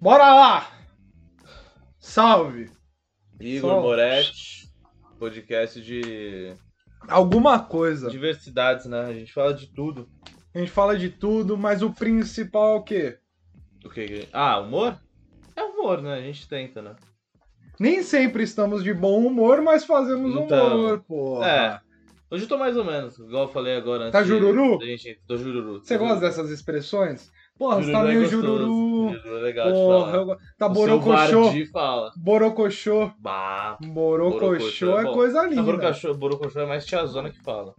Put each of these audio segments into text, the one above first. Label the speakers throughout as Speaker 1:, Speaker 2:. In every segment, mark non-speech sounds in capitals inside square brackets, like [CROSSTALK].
Speaker 1: Bora lá! Salve!
Speaker 2: Igor
Speaker 1: Salve.
Speaker 2: Moretti, podcast de
Speaker 1: Alguma coisa.
Speaker 2: diversidades, né? A gente fala de tudo.
Speaker 1: A gente fala de tudo, mas o principal é o quê?
Speaker 2: O que que- Ah, humor? É humor, né? A gente tenta, né?
Speaker 1: Nem sempre estamos de bom humor, mas fazemos
Speaker 2: Não
Speaker 1: humor, pô.
Speaker 2: Então, É. Hoje eu tô mais ou menos, igual eu falei agora. antes
Speaker 1: Tá
Speaker 2: de-
Speaker 1: jururu?
Speaker 2: da Gente, tô jururu.
Speaker 1: Você
Speaker 2: Tô
Speaker 1: gosta
Speaker 2: jururu.
Speaker 1: dessas expressões? Porra, você tá
Speaker 2: Jururu é
Speaker 1: meio
Speaker 2: gostoso.
Speaker 1: jururu.
Speaker 2: Jururu é legal
Speaker 1: Porra,
Speaker 2: de falar.
Speaker 1: eu... go- tá
Speaker 2: O seu
Speaker 1: borocochô.
Speaker 2: Vardy fala.
Speaker 1: Borocochô.
Speaker 2: Bah.
Speaker 1: Borocochô
Speaker 2: Borocochô é
Speaker 1: é
Speaker 2: bom.
Speaker 1: coisa
Speaker 2: Tá,
Speaker 1: linda.
Speaker 2: Borocochô, Borocochô é mais tiazona que fala.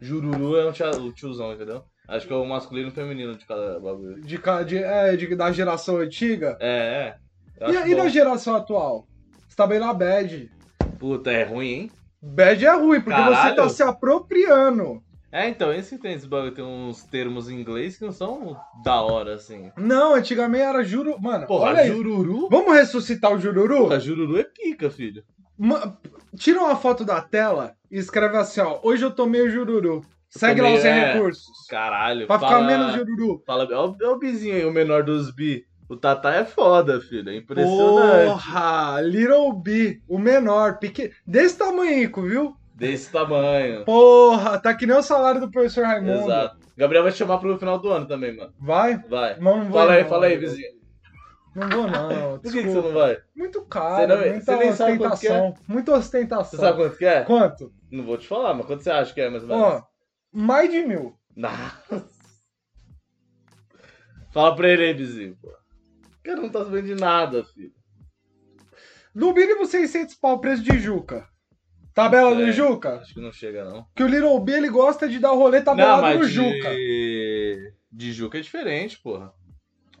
Speaker 2: Jururu é um tia- o tiozão, entendeu? Acho que é o masculino e o feminino de cada bagulho.
Speaker 1: De, ca- de, é, de- da geração antiga.
Speaker 2: É, é. Eu
Speaker 1: E,
Speaker 2: acho
Speaker 1: e
Speaker 2: bom.
Speaker 1: da geração atual? Você tá bem na bad.
Speaker 2: Puta, é ruim, hein?
Speaker 1: Bad é ruim, porque você
Speaker 2: Caralho.
Speaker 1: tá se apropriando.
Speaker 2: É, então, esse que tem esse bagulho, tem uns termos em inglês que não são da hora, assim.
Speaker 1: Não, antigamente era juru. Mano,
Speaker 2: Porra,
Speaker 1: olha aí.
Speaker 2: jururu?
Speaker 1: Vamos ressuscitar o jururu?
Speaker 2: Porra, jururu é pica, filho.
Speaker 1: Ma- Tira uma foto da tela e escreve assim, ó. Hoje eu tomei o jururu. Segue lá
Speaker 2: tomei-
Speaker 1: os 100
Speaker 2: é.
Speaker 1: recursos.
Speaker 2: Caralho.
Speaker 1: Pra ficar
Speaker 2: fala-
Speaker 1: menos jururu.
Speaker 2: Fala, ó, o- ó o bizinho aí, o menor dos bi. O Tatá é foda, filho. É impressionante.
Speaker 1: Porra, Little B, o menor, pequeno. Desse tamanhico, viu?
Speaker 2: Desse tamanho.
Speaker 1: Porra, é tá que nem o salário do professor Raimundo.
Speaker 2: Exato. Gabriel vai te chamar pro final do ano também, mano.
Speaker 1: Vai?
Speaker 2: Vai.
Speaker 1: Não, não vou
Speaker 2: Fala aí,
Speaker 1: não.
Speaker 2: fala aí, vizinho.
Speaker 1: Não vou, não.
Speaker 2: [LAUGHS] Por que, que
Speaker 1: desculpa.
Speaker 2: você não vai?
Speaker 1: Muito
Speaker 2: Você
Speaker 1: caro,
Speaker 2: não- é-
Speaker 1: muita
Speaker 2: você nem sabe quanto que é?
Speaker 1: ostentação. Muita ostentação.
Speaker 2: Você sabe quanto que é?
Speaker 1: quanto?
Speaker 2: Não vou te falar, mas quanto você acha que é, mais ou menos?
Speaker 1: Ó, mais de mil.
Speaker 2: Nossa. Fala pra ele aí, vizinho, pô. O cara não tá sabendo de nada, filho.
Speaker 1: No mínimo 600 pau, preço de Juca. Tabela do
Speaker 2: É.
Speaker 1: Juca?
Speaker 2: Acho que não chega, não.
Speaker 1: Que o Little B ele gosta de dar o rolê
Speaker 2: não,
Speaker 1: tabelado no
Speaker 2: de...
Speaker 1: Tá Juca.
Speaker 2: De Juca é diferente, porra.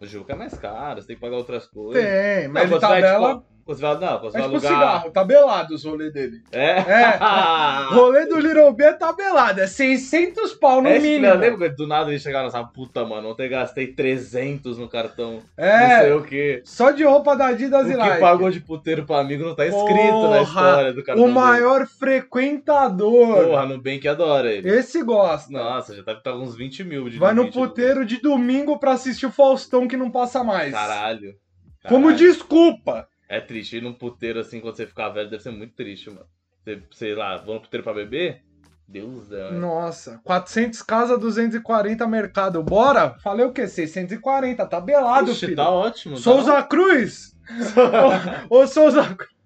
Speaker 2: O Juca é mais caro, você tem que pagar outras coisas.
Speaker 1: Tem,
Speaker 2: Não,
Speaker 1: mas ele
Speaker 2: quando você vai,
Speaker 1: tabela.
Speaker 2: tipo, quando você vai, não, quando você
Speaker 1: É
Speaker 2: vai
Speaker 1: tipo
Speaker 2: alugar...
Speaker 1: cigarro, tabelado os rolês dele.
Speaker 2: É?
Speaker 1: [LAUGHS]
Speaker 2: Ah,
Speaker 1: É.
Speaker 2: [LAUGHS]
Speaker 1: Rolê do Little B é tabelado, é 600 pau no
Speaker 2: É, tipo,
Speaker 1: mínimo.
Speaker 2: lembra quando do nada ele chegar nessa puta, mano? Ontem gastei 300 no cartão, não sei
Speaker 1: É,
Speaker 2: o quê.
Speaker 1: só de roupa da Adidas e
Speaker 2: o
Speaker 1: Nike.
Speaker 2: que pagou de puteiro pra amigo não tá escrito
Speaker 1: Porra,
Speaker 2: na história do cartão.
Speaker 1: O
Speaker 2: dele.
Speaker 1: maior frequentador.
Speaker 2: Porra, Nubank adora ele.
Speaker 1: Esse gosta.
Speaker 2: Nossa, já deve estar uns 20 mil de
Speaker 1: Vai no
Speaker 2: limite do-
Speaker 1: puteiro de domingo pra assistir o Faustão que não passa mais.
Speaker 2: Caralho. Caralho.
Speaker 1: Como desculpa.
Speaker 2: É triste. Ir num puteiro assim, quando você ficar velho, deve ser muito triste, mano. Você, sei lá, vou no puteiro pra beber? Deus do céu. hein?
Speaker 1: Nossa, 400 casa, 240 mercado. Bora? Falei o quê? 640, tabelado,
Speaker 2: Ixi,
Speaker 1: filho.
Speaker 2: tá ótimo. tá
Speaker 1: Souza
Speaker 2: [LAUGHS]
Speaker 1: Cruz? ô, ô, Souza [LAUGHS] Cruz.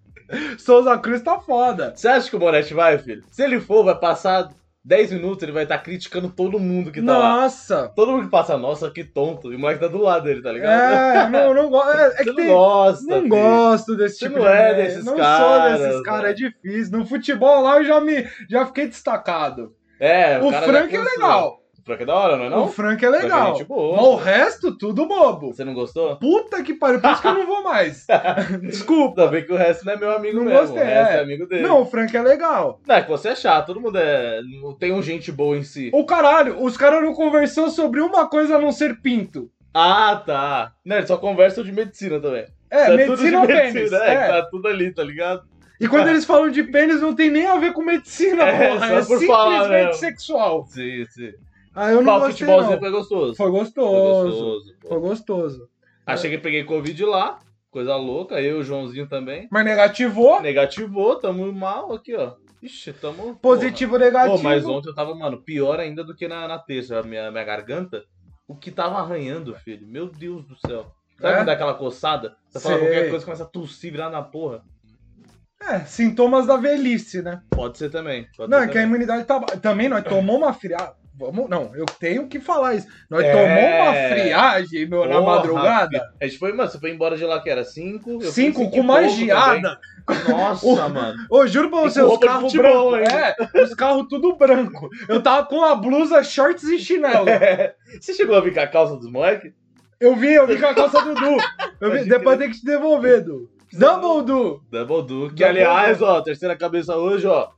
Speaker 1: Souza Cruz tá foda.
Speaker 2: Você acha que o Moretti vai, filho? Se ele for, vai passar 10 minutos, ele vai estar criticando todo mundo que tá lá.
Speaker 1: Nossa.
Speaker 2: Todo mundo que passa, nossa, que tonto. E o moleque tá do lado dele, tá ligado?
Speaker 1: É, não, não gosto. É, é
Speaker 2: você
Speaker 1: que
Speaker 2: não
Speaker 1: tem.
Speaker 2: gosta,
Speaker 1: Não
Speaker 2: filho.
Speaker 1: gosto desse
Speaker 2: Você
Speaker 1: tipo
Speaker 2: não
Speaker 1: de
Speaker 2: é
Speaker 1: merda.
Speaker 2: desses
Speaker 1: Não
Speaker 2: caras,
Speaker 1: sou desses caras,
Speaker 2: mano.
Speaker 1: é difícil. No futebol lá eu já me já fiquei destacado.
Speaker 2: É,
Speaker 1: o
Speaker 2: cara já
Speaker 1: Frank é
Speaker 2: cansou.
Speaker 1: legal.
Speaker 2: O Frank é da hora, não é não?
Speaker 1: O Frank é
Speaker 2: Frank é
Speaker 1: legal.
Speaker 2: gente boa.
Speaker 1: Mas o resto, tudo bobo.
Speaker 2: Você não gostou?
Speaker 1: Puta que pariu, por isso que eu não vou
Speaker 2: [LAUGHS]
Speaker 1: mais. Desculpa.
Speaker 2: Ainda bem que o resto não é meu amigo
Speaker 1: Não
Speaker 2: mesmo.
Speaker 1: gostei,
Speaker 2: o resto é.
Speaker 1: é.
Speaker 2: amigo dele.
Speaker 1: Não, o Frank é legal.
Speaker 2: Não, é que você é chato, todo mundo é. não Tem um gente boa em si.
Speaker 1: Ô caralho, os caras não conversou sobre uma coisa a não ser pinto.
Speaker 2: Ah, tá. Não, eles só conversam de medicina também.
Speaker 1: É,
Speaker 2: Tá tudo
Speaker 1: medicina ou
Speaker 2: de
Speaker 1: pênis.
Speaker 2: medicina, [LAUGHS] É,
Speaker 1: é.
Speaker 2: tá tudo ali, tá ligado?
Speaker 1: E quando eles falam de pênis, não tem nem a ver com medicina,
Speaker 2: É,
Speaker 1: porra.
Speaker 2: só
Speaker 1: É
Speaker 2: por
Speaker 1: simplesmente
Speaker 2: falar mesmo.
Speaker 1: sexual.
Speaker 2: Sim, sim.
Speaker 1: Ah, eu não
Speaker 2: Mas o
Speaker 1: gostei,
Speaker 2: futebolzinho
Speaker 1: não.
Speaker 2: foi gostoso.
Speaker 1: Foi
Speaker 2: Foi
Speaker 1: gostoso.
Speaker 2: pô.
Speaker 1: Foi gostoso.
Speaker 2: Achei que peguei Covid lá, coisa louca, eu e o Joãozinho também.
Speaker 1: Mas negativou,
Speaker 2: Negativou, tamo mal aqui, ó. Ixi, tamo.
Speaker 1: positivo,
Speaker 2: porra.
Speaker 1: negativo.
Speaker 2: Pô, um. mas ontem eu tava, mano, pior ainda do que na, na terça, a minha, minha garganta. O que tava arranhando, filho? Meu Deus do céu. Sabe
Speaker 1: É?
Speaker 2: quando dá aquela coçada? Você fala
Speaker 1: Sei.
Speaker 2: qualquer coisa, começa a tossir, virar na porra.
Speaker 1: É, sintomas da velhice, né?
Speaker 2: Pode ser também. Pode
Speaker 1: não,
Speaker 2: ser
Speaker 1: é que a
Speaker 2: também.
Speaker 1: imunidade tá. ba- Também nós tomamos uma friagem. Vamos, não, eu tenho que falar isso. Nós
Speaker 2: É.
Speaker 1: tomamos uma friagem, meu, na
Speaker 2: Porra,
Speaker 1: madrugada.
Speaker 2: filho. A gente foi, mano, você foi embora de lá que era cinco. eu fui
Speaker 1: é- Cinco
Speaker 2: e
Speaker 1: com mais
Speaker 2: pouco
Speaker 1: geada.
Speaker 2: também.
Speaker 1: [LAUGHS]
Speaker 2: Nossa, mano.
Speaker 1: Ô, juro pra
Speaker 2: E
Speaker 1: você,
Speaker 2: com
Speaker 1: os
Speaker 2: roupa de né?
Speaker 1: carros
Speaker 2: futebol
Speaker 1: brancos. É, os carros tudo branco. Eu tava com a blusa, shorts e chinelo.
Speaker 2: Você chegou a vir com a calça dos moleques?
Speaker 1: Eu vi, eu vi com a calça do Du. Eu vi-
Speaker 2: Pode
Speaker 1: depois tem que te devolver, Du. Double, Du.
Speaker 2: Double Duke.
Speaker 1: Double
Speaker 2: aliás, ó, terceira cabeça hoje, ó.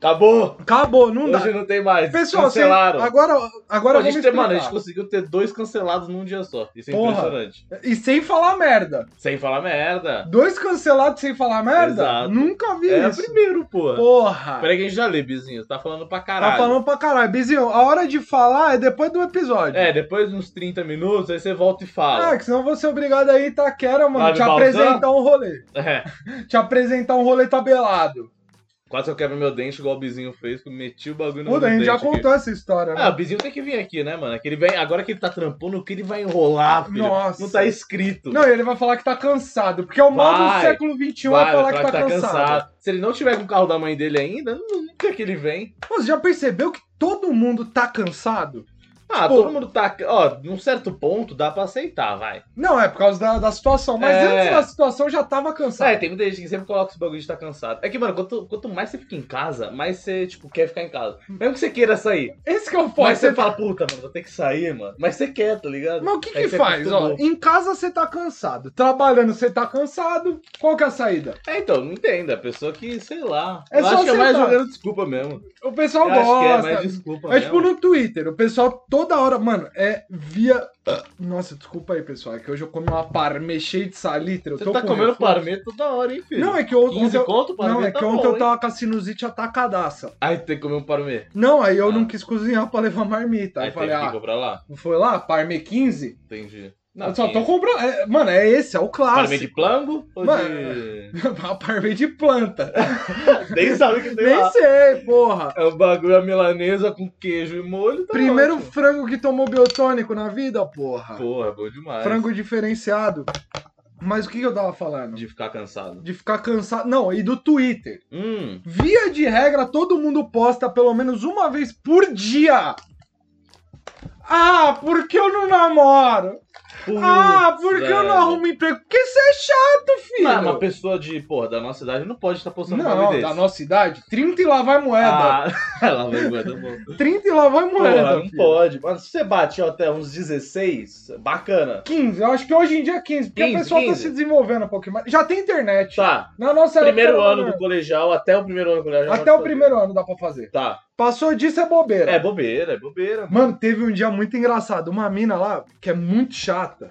Speaker 2: Acabou!
Speaker 1: Acabou, não dá.
Speaker 2: Hoje não tem mais.
Speaker 1: Pessoal, cê-
Speaker 2: cancelaram.
Speaker 1: agora, agora
Speaker 2: Pô, a
Speaker 1: vamos
Speaker 2: gente tem, mano, a gente
Speaker 1: explicar.
Speaker 2: conseguiu ter dois cancelados num dia só. Isso é
Speaker 1: Porra.
Speaker 2: impressionante.
Speaker 1: E sem falar merda.
Speaker 2: Sem falar merda.
Speaker 1: Dois cancelados sem falar merda?
Speaker 2: Exato.
Speaker 1: Nunca vi
Speaker 2: É o
Speaker 1: isso.
Speaker 2: primeiro, porra.
Speaker 1: Porra.
Speaker 2: Peraí que a gente já lê, Bizinho. Tá falando pra caralho.
Speaker 1: Tá falando pra caralho. Bizinho, a hora de falar é depois do episódio.
Speaker 2: É, depois de uns 30 minutos, aí você volta e
Speaker 1: Ah,
Speaker 2: fala.
Speaker 1: que senão eu vou ser obrigado aí, Itaquera, mano,
Speaker 2: Fábio
Speaker 1: te
Speaker 2: Balzan?
Speaker 1: apresentar um rolê.
Speaker 2: É.
Speaker 1: Te apresentar um rolê tabelado.
Speaker 2: Quase que eu quebro meu dente igual o Bizinho fez, que eu meti o bagulho no
Speaker 1: Puta, a
Speaker 2: meu
Speaker 1: gente já
Speaker 2: dente aqui.
Speaker 1: contou essa história, né?
Speaker 2: Ah, o Bizinho tem que vir aqui, né, mano? Que ele vem, agora que ele tá trampando, o que ele vai enrolar, filho?
Speaker 1: Nossa.
Speaker 2: Não tá escrito.
Speaker 1: Não, e ele vai falar que tá cansado, porque é o mal do
Speaker 2: Vai.
Speaker 1: século XXI
Speaker 2: Vai,
Speaker 1: é falar
Speaker 2: vai
Speaker 1: que tá, cansado.
Speaker 2: Se ele não tiver com o carro da mãe dele ainda, nunca que ele vem.
Speaker 1: Pô, Você já percebeu que todo mundo tá cansado?
Speaker 2: Ah,
Speaker 1: Pô.
Speaker 2: todo mundo tá. Ó, num certo ponto dá pra aceitar, vai.
Speaker 1: Não, é por causa da, da situação, mas
Speaker 2: É.
Speaker 1: antes da situação já tava cansado.
Speaker 2: É, tem muita gente que sempre coloca esse bagulho de tá cansado. É que, mano, quanto, quanto mais você fica em casa, mais você, tipo, quer ficar em casa. Mesmo que você queira sair.
Speaker 1: Esse que eu
Speaker 2: Pode
Speaker 1: foda.
Speaker 2: mas você
Speaker 1: Você...
Speaker 2: fala, puta, mano, vou ter que sair, mano. Mas você quer, tá ligado?
Speaker 1: Mas o que que,
Speaker 2: Aí você
Speaker 1: faz? Ó,
Speaker 2: acostumou.
Speaker 1: em casa você tá cansado, trabalhando você tá cansado, qual que é a saída?
Speaker 2: É, então, não entendo. É a pessoa que, sei lá.
Speaker 1: É
Speaker 2: eu
Speaker 1: só
Speaker 2: acho que é mais
Speaker 1: aceitar.
Speaker 2: jogando desculpa mesmo.
Speaker 1: O pessoal
Speaker 2: Eu acho que é
Speaker 1: gosta,
Speaker 2: mais desculpa
Speaker 1: É
Speaker 2: mesmo.
Speaker 1: tipo no Twitter, o pessoal toda hora, mano, é via. Nossa, desculpa aí, pessoal, é que hoje eu comi uma parme cheia de salitre. Eu
Speaker 2: Você
Speaker 1: tô
Speaker 2: tá
Speaker 1: com
Speaker 2: comendo
Speaker 1: refluxo.
Speaker 2: parmê toda hora, hein, filho?
Speaker 1: Não, é que ontem.
Speaker 2: 15
Speaker 1: ontem eu...
Speaker 2: conto, parmê
Speaker 1: Não, é
Speaker 2: tá
Speaker 1: que ontem
Speaker 2: bom,
Speaker 1: eu tava com a sinusite atacadaça.
Speaker 2: Aí tem que comer um parmê.
Speaker 1: Não, aí eu
Speaker 2: Ah.
Speaker 1: não quis cozinhar pra levar marmita. Aí
Speaker 2: Aí
Speaker 1: eu
Speaker 2: tem
Speaker 1: falei,
Speaker 2: que
Speaker 1: ah,
Speaker 2: comprar lá.
Speaker 1: foi lá, parme 15?
Speaker 2: Entendi.
Speaker 1: eu só tô
Speaker 2: com
Speaker 1: comprando. é, mano, é esse, é o
Speaker 2: Parmê de
Speaker 1: clássico.
Speaker 2: plango ou
Speaker 1: Mano.
Speaker 2: de...
Speaker 1: [LAUGHS]
Speaker 2: [LAUGHS]
Speaker 1: A parme de planta.
Speaker 2: Nem sabe o que tem
Speaker 1: Nem
Speaker 2: lá.
Speaker 1: sei, porra.
Speaker 2: É o bagulho a milanesa com queijo e molho. Tá
Speaker 1: Primeiro
Speaker 2: ótimo.
Speaker 1: frango que tomou biotônico na vida, porra.
Speaker 2: Porra, é bom demais.
Speaker 1: Frango diferenciado. Mas o que que eu tava falando?
Speaker 2: De ficar cansado.
Speaker 1: de ficar cansado. Não, e do Twitter.
Speaker 2: Hum,
Speaker 1: Via de regra, todo mundo posta pelo menos uma vez por dia. Ah, porque eu não namoro? ah, porque eu não
Speaker 2: velho.
Speaker 1: arrumo emprego? Porque você é chato, filho.
Speaker 2: Não, uma pessoa de, porra, da nossa idade não pode estar postando um bagulho
Speaker 1: Não,
Speaker 2: desse.
Speaker 1: da nossa idade, 30 e lá vai moeda.
Speaker 2: Ah, [LAUGHS] ela vai moeda, bom.
Speaker 1: 30 e lá vai moeda.
Speaker 2: Porra, não
Speaker 1: filho.
Speaker 2: pode. Mano, se você bate até uns 16, bacana.
Speaker 1: 15, eu acho que hoje em dia é 15, porque
Speaker 2: 15,
Speaker 1: a pessoa tá
Speaker 2: 15.
Speaker 1: se desenvolvendo um pouquinho mais. Já tem internet.
Speaker 2: Tá,
Speaker 1: Na nossa época
Speaker 2: primeiro
Speaker 1: era
Speaker 2: ano
Speaker 1: menor.
Speaker 2: do colegial, até o primeiro ano do colegial.
Speaker 1: Até o primeiro ano dá pra fazer.
Speaker 2: Tá.
Speaker 1: Passou disso é bobeira.
Speaker 2: É bobeira, é bobeira.
Speaker 1: Mano, teve um dia muito engraçado. Uma mina lá, que é muito chata.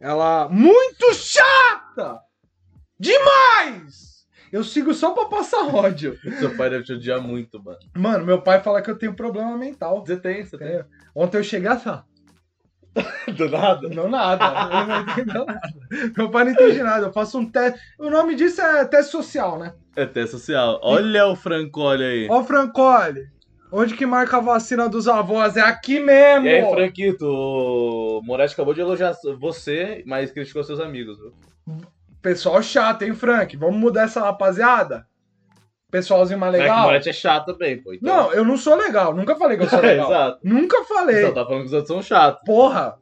Speaker 1: Ela. Muito chata! Demais! Eu sigo só pra passar ódio.
Speaker 2: [LAUGHS] Seu pai deve te odiar muito, mano.
Speaker 1: Mano, meu pai fala que eu tenho problema mental.
Speaker 2: Você tem, você tem.
Speaker 1: entendeu? Ontem eu cheguei assim, ó, É.
Speaker 2: Do nada.
Speaker 1: não nada, [LAUGHS] eu não entendo nada. Meu pai não entende nada, eu faço um teste. O nome disso é teste social, né?
Speaker 2: É até social. Olha o Francoli aí.
Speaker 1: Ó, Francoli, onde que marca a vacina dos avós? É aqui mesmo!
Speaker 2: E aí, Franquito, o Moretti acabou de elogiar você, mas criticou seus amigos. viu?
Speaker 1: Pessoal chato, hein, Frank? Vamos mudar essa rapaziada? Pessoalzinho mais
Speaker 2: Mas é que o
Speaker 1: Tá legal?
Speaker 2: Moretti é chato também, pô. então.
Speaker 1: Não, eu não sou legal. Nunca falei que eu sou
Speaker 2: [LAUGHS] É,
Speaker 1: legal.
Speaker 2: [LAUGHS] exato.
Speaker 1: Nunca falei.
Speaker 2: Você tá falando que os outros são chatos.
Speaker 1: Porra.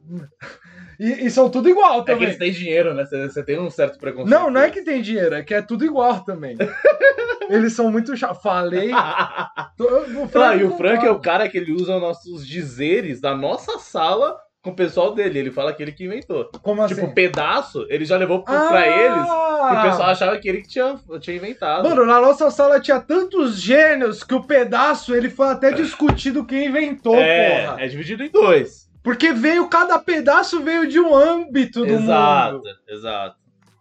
Speaker 1: E, e são tudo igual
Speaker 2: É que
Speaker 1: também.
Speaker 2: eles têm dinheiro, né? Você, você tem um certo preconceito.
Speaker 1: Não, não é
Speaker 2: [LAUGHS]
Speaker 1: que tem dinheiro, é que é tudo igual também. Eles são muito chatos. Falei.
Speaker 2: ah,
Speaker 1: tô- eu- o
Speaker 2: e o
Speaker 1: não
Speaker 2: Frank é
Speaker 1: fala.
Speaker 2: o cara que ele usa nossos dizeres da nossa sala com o pessoal dele. Ele fala que ele que inventou.
Speaker 1: Como assim? Ah!
Speaker 2: Tipo, pedaço, ele já levou pro- pra eles. E o pessoal achava que ele que tinha, tinha inventado.
Speaker 1: Mano, na nossa sala tinha tantos gênios que o pedaço ele foi até discutido quem inventou,
Speaker 2: é,
Speaker 1: porra.
Speaker 2: é dividido em dois.
Speaker 1: Porque veio, cada pedaço veio de um âmbito do
Speaker 2: exato,
Speaker 1: mundo.
Speaker 2: exato.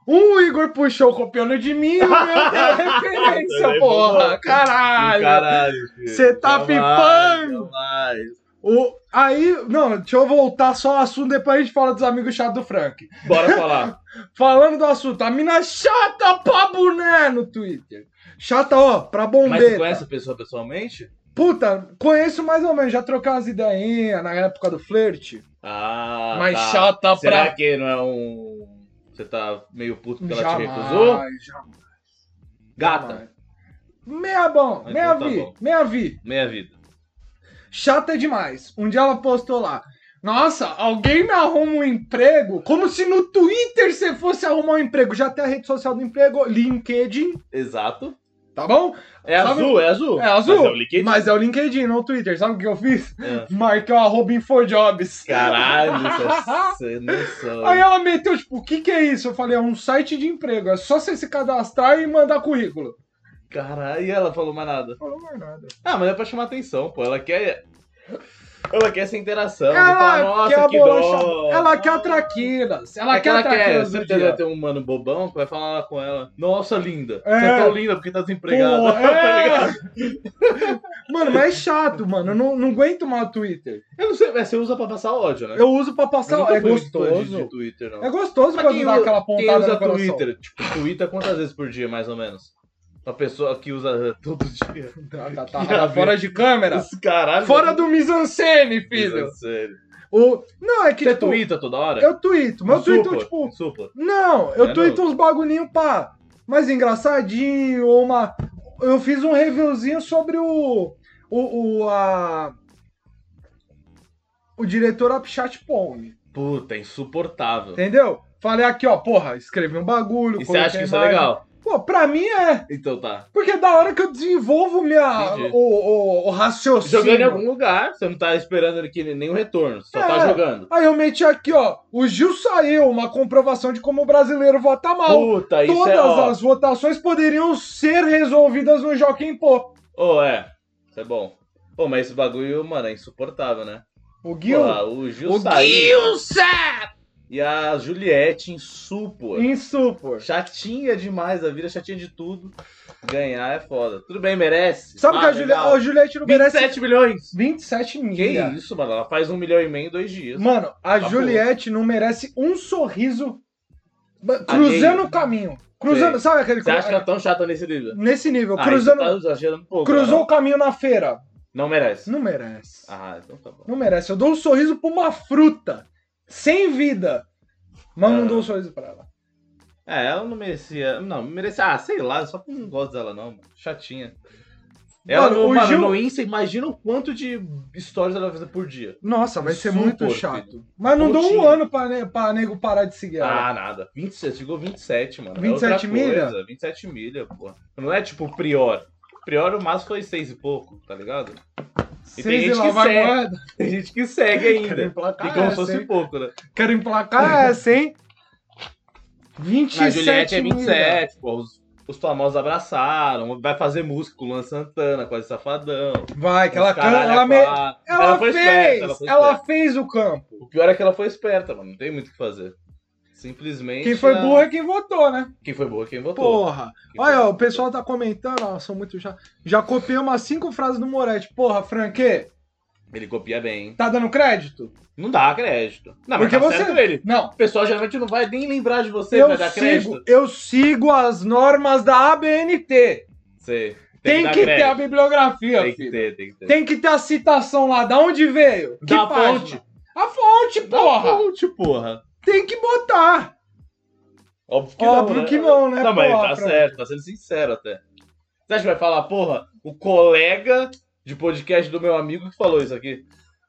Speaker 1: Um Igor puxou copiando de mim e
Speaker 2: [LAUGHS]
Speaker 1: o meu deu a referência,
Speaker 2: Também
Speaker 1: porra.
Speaker 2: boa. Um
Speaker 1: Caralho.
Speaker 2: Caralho, filho.
Speaker 1: Cê tá
Speaker 2: Jamais,
Speaker 1: pipando.
Speaker 2: jamais.
Speaker 1: O, aí, não, deixa eu voltar só ao assunto, depois a gente fala dos amigos chatos do Frank.
Speaker 2: Bora falar.
Speaker 1: Falando do assunto, a mina é chata pra boné no Twitter. Chata, ó, pra
Speaker 2: Mas você
Speaker 1: bombeiro.
Speaker 2: conhece a pessoa pessoalmente?
Speaker 1: Puta, conheço mais ou menos, já troquei umas ideinhas na época do flerte.
Speaker 2: Ah,
Speaker 1: mas
Speaker 2: tá.
Speaker 1: chata
Speaker 2: Será
Speaker 1: pra...
Speaker 2: que não é um... Você tá meio puto que ela
Speaker 1: jamais,
Speaker 2: te recusou?
Speaker 1: jamais,
Speaker 2: Gata,
Speaker 1: jamais. Meia bom,
Speaker 2: Então
Speaker 1: meia
Speaker 2: tá
Speaker 1: vi,
Speaker 2: bom.
Speaker 1: meia vi.
Speaker 2: meia vida.
Speaker 1: Chata demais. Um dia ela postou lá. Nossa, alguém me arruma um emprego? Como se no Twitter você fosse arrumar um emprego. Já tem a rede social do emprego, LinkedIn,
Speaker 2: Exato.
Speaker 1: tá bom?
Speaker 2: É
Speaker 1: Sabe-
Speaker 2: azul, é azul.
Speaker 1: É azul.
Speaker 2: Mas é o LinkedIn.
Speaker 1: Mas é o LinkedIn, não o Twitter. Sabe o que eu fiz?
Speaker 2: É.
Speaker 1: Marquei o arroba Infojobs.
Speaker 2: Caralho,
Speaker 1: [LAUGHS]
Speaker 2: essa- você não sabe.
Speaker 1: Aí ela meteu, tipo, o que que é isso? Eu falei, é um site de emprego. É só você se cadastrar e mandar currículo.
Speaker 2: Caralho, e ela falou mais nada.
Speaker 1: Falou mais nada.
Speaker 2: Ah, mas é pra chamar atenção, pô. Ela quer. Ela quer essa interação. de
Speaker 1: Ela
Speaker 2: falar,
Speaker 1: quer
Speaker 2: Nossa,
Speaker 1: a
Speaker 2: que
Speaker 1: bolacha.
Speaker 2: dó.
Speaker 1: Ela quer a traquinas. Ela
Speaker 2: É que
Speaker 1: quer a
Speaker 2: ela quer,
Speaker 1: traquinas do
Speaker 2: você
Speaker 1: dia.
Speaker 2: entendeu? Tem um mano bobão que vai falar lá com ela. Nossa, linda.
Speaker 1: É.
Speaker 2: Você é tão linda porque tá desempregada.
Speaker 1: Porra,
Speaker 2: Tá [LAUGHS] ligado?
Speaker 1: é. mano, mas é chato, mano. Eu não, não aguento mal o Twitter.
Speaker 2: Eu não sei, é, você usa pra passar ódio, né?
Speaker 1: Eu uso pra passar.
Speaker 2: nunca
Speaker 1: É
Speaker 2: fui muito De,
Speaker 1: gostoso.
Speaker 2: de Twitter, não.
Speaker 1: É gostoso
Speaker 2: Mas
Speaker 1: quando dá
Speaker 2: u-
Speaker 1: aquela pontada
Speaker 2: quem usa
Speaker 1: no coração.
Speaker 2: Twitter? Tipo, Twitter quantas vezes por dia, mais ou menos? Uma pessoa que usa [LAUGHS] todo dia.
Speaker 1: Tá, tá,
Speaker 2: [LAUGHS]
Speaker 1: tá.
Speaker 2: Que a
Speaker 1: Fora de câmera.
Speaker 2: Os caralho.
Speaker 1: Fora do misancene,
Speaker 2: filho.
Speaker 1: filho. O... Não, é que.
Speaker 2: Você
Speaker 1: tipo,
Speaker 2: twitta toda hora?
Speaker 1: Eu tuito. Meu
Speaker 2: Supla,
Speaker 1: tuito, tipo,
Speaker 2: Supla.
Speaker 1: Não, eu
Speaker 2: Né,
Speaker 1: tuito uns bagulhinho pá, mais engraçadinho, ou uma. Eu fiz um reviewzinho sobre o. O. O, a... o diretor Upchat Pome,
Speaker 2: Puta, insuportável.
Speaker 1: entendeu? Falei aqui, ó, porra, escrevi um bagulho.
Speaker 2: E você
Speaker 1: coloquei
Speaker 2: acha que isso é
Speaker 1: imagem.
Speaker 2: legal?
Speaker 1: Pô, pra mim é.
Speaker 2: Então tá.
Speaker 1: Porque da hora que eu desenvolvo minha,
Speaker 2: Entendi.
Speaker 1: o, o, o raciocínio.
Speaker 2: Jogando em algum lugar, você não tá esperando aqui nenhum retorno, só tá
Speaker 1: É.
Speaker 2: jogando.
Speaker 1: Aí eu meti aqui, ó, o Gil saiu, uma comprovação de como o brasileiro vota mal.
Speaker 2: Puta, isso
Speaker 1: Todas
Speaker 2: é. Ó,
Speaker 1: as votações poderiam ser resolvidas no Joaquim Pô.
Speaker 2: Ô, é. Isso é bom. Pô, mas esse bagulho, mano, é insuportável, né?
Speaker 1: O Gil.
Speaker 2: Porra, o Gil
Speaker 1: o
Speaker 2: saiu.
Speaker 1: Gilson!
Speaker 2: E a Juliette insupo.
Speaker 1: Insupor.
Speaker 2: Chatinha demais a vida, chatinha de tudo. Ganhar é foda. Tudo bem, merece.
Speaker 1: Sabe
Speaker 2: Ah,
Speaker 1: que a, Julia...
Speaker 2: legal.
Speaker 1: a Juliette não merece
Speaker 2: 27 milhões.
Speaker 1: 27 mil.
Speaker 2: Que isso, mano? Ela faz um milhão e meio em dois dias.
Speaker 1: Mano, a
Speaker 2: Tá
Speaker 1: Juliette não merece um sorriso ba- cruzando
Speaker 2: Alheio.
Speaker 1: o caminho. Cruzando,
Speaker 2: Sei.
Speaker 1: sabe aquele
Speaker 2: Você acha que ela é tão chata nesse nível?
Speaker 1: Nesse nível,
Speaker 2: Ah,
Speaker 1: cruzando,
Speaker 2: isso tá exagerando um pouco,
Speaker 1: cruzou
Speaker 2: né?
Speaker 1: o caminho na feira.
Speaker 2: Não merece.
Speaker 1: Não merece.
Speaker 2: Ah, então tá bom.
Speaker 1: Não merece. Eu dou um sorriso pra uma fruta. Sem vida. Mas não
Speaker 2: Ah.
Speaker 1: dou um sorriso pra ela.
Speaker 2: É, ela não merecia. Não, merecia. Ah, sei lá, só que eu não gosto dela, não, mano. Chatinha. Ela
Speaker 1: Mano,
Speaker 2: no,
Speaker 1: o
Speaker 2: mano,
Speaker 1: Gil-
Speaker 2: no Insta, imagina o quanto de stories ela vai fazer por dia.
Speaker 1: Nossa, vai ser
Speaker 2: Insupor,
Speaker 1: muito
Speaker 2: filho.
Speaker 1: chato. Mas não dou um
Speaker 2: Pontinho.
Speaker 1: ano pra, ne pra nego parar de seguir ela.
Speaker 2: Ah, nada. 27, chegou 27, mano.
Speaker 1: 27
Speaker 2: é outra
Speaker 1: milha?
Speaker 2: Coisa. 27 milha, pô. Não é tipo o Prior. Prior, o máximo foi 6 e pouco, tá ligado? [LAUGHS] E tem
Speaker 1: Seis e
Speaker 2: gente
Speaker 1: lá
Speaker 2: que
Speaker 1: vai
Speaker 2: segue.
Speaker 1: moeda.
Speaker 2: Tem gente que segue
Speaker 1: Quero
Speaker 2: ainda.
Speaker 1: emplacar
Speaker 2: E como se
Speaker 1: essa,
Speaker 2: fosse
Speaker 1: hein?
Speaker 2: pouco, né?
Speaker 1: Quero emplacar essa,
Speaker 2: [LAUGHS]
Speaker 1: hein? 27
Speaker 2: Na Juliette é
Speaker 1: milha.
Speaker 2: 27, pô. Os, os famosos abraçaram. Vai fazer música com o Luan Santana, quase safadão.
Speaker 1: Vai, que ela
Speaker 2: Os caralho é
Speaker 1: canta.
Speaker 2: a
Speaker 1: Ela, me... ela,
Speaker 2: quatro. Ela foi
Speaker 1: fez, ela,
Speaker 2: esperta, ela foi esperta.
Speaker 1: fez o campo.
Speaker 2: O pior é que ela foi esperta, mano. Não tem muito o que fazer. Simplesmente.
Speaker 1: Quem foi
Speaker 2: ela-
Speaker 1: burro é quem votou, né?
Speaker 2: Quem foi burro é quem votou.
Speaker 1: Porra.
Speaker 2: Quem foi
Speaker 1: Olha,
Speaker 2: burro,
Speaker 1: o pessoal tá comentando, ó, são muito já. Já copiei umas cinco frases do Moretti. Porra, Franquê,
Speaker 2: Ele copia bem.
Speaker 1: tá dando crédito?
Speaker 2: Não dá crédito. Não, mas
Speaker 1: Porque
Speaker 2: tá
Speaker 1: você-
Speaker 2: certo ele.
Speaker 1: Não.
Speaker 2: O pessoal geralmente não vai nem lembrar de você
Speaker 1: Eu
Speaker 2: pra dar
Speaker 1: sigo,
Speaker 2: crédito.
Speaker 1: eu sigo as normas da ABNT.
Speaker 2: Sei.
Speaker 1: Tem,
Speaker 2: dar
Speaker 1: que, ter a
Speaker 2: crédito.
Speaker 1: bibliografia,
Speaker 2: Tem que
Speaker 1: filho.
Speaker 2: ter, tem que ter.
Speaker 1: Tem que ter a citação lá, da onde veio?
Speaker 2: Da
Speaker 1: página?
Speaker 2: fonte.
Speaker 1: A fonte, porra!
Speaker 2: Não, Ponte, porra.
Speaker 1: Tem que botar!
Speaker 2: Óbvio que
Speaker 1: Óbvio
Speaker 2: não, né?
Speaker 1: que não, né?
Speaker 2: Não, mas
Speaker 1: porra,
Speaker 2: tá
Speaker 1: Fran?
Speaker 2: certo, tá sendo sincero até. Você acha que vai falar, porra, o colega de podcast do meu amigo que falou isso aqui?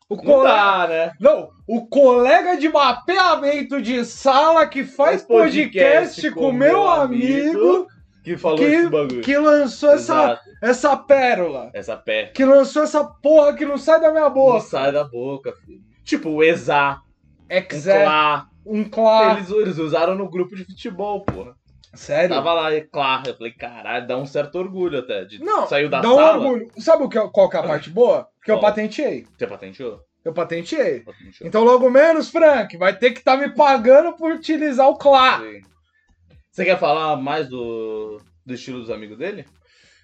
Speaker 1: O
Speaker 2: Não
Speaker 1: colega...
Speaker 2: dá, né?
Speaker 1: Não, o colega de mapeamento de sala que faz
Speaker 2: Faz
Speaker 1: podcast,
Speaker 2: podcast
Speaker 1: com meu amigo
Speaker 2: Que falou
Speaker 1: Que-
Speaker 2: esse bagulho.
Speaker 1: que lançou essa,
Speaker 2: Exato.
Speaker 1: essa pérola.
Speaker 2: Essa pé.
Speaker 1: Que lançou essa porra que não sai da minha
Speaker 2: Não
Speaker 1: boca.
Speaker 2: sai da boca, filho. Tipo, o Exá, o
Speaker 1: Exé,
Speaker 2: Clá.
Speaker 1: um clá.
Speaker 2: Eles, eles usaram no grupo de futebol, porra.
Speaker 1: Sério?
Speaker 2: Tava lá, é claro. Eu falei, caralho, dá um certo orgulho até. De...
Speaker 1: Não,
Speaker 2: Saiu da
Speaker 1: dá um
Speaker 2: sala.
Speaker 1: orgulho. Sabe o que, qual que é a parte boa? Que eu
Speaker 2: Qual?
Speaker 1: patenteei.
Speaker 2: Você patenteou?
Speaker 1: Eu patenteei.
Speaker 2: Patenteou.
Speaker 1: Então, logo menos, Frank, vai ter que estar me pagando por utilizar o clá.
Speaker 2: Sim. Você quer falar mais do, do estilo dos amigos dele?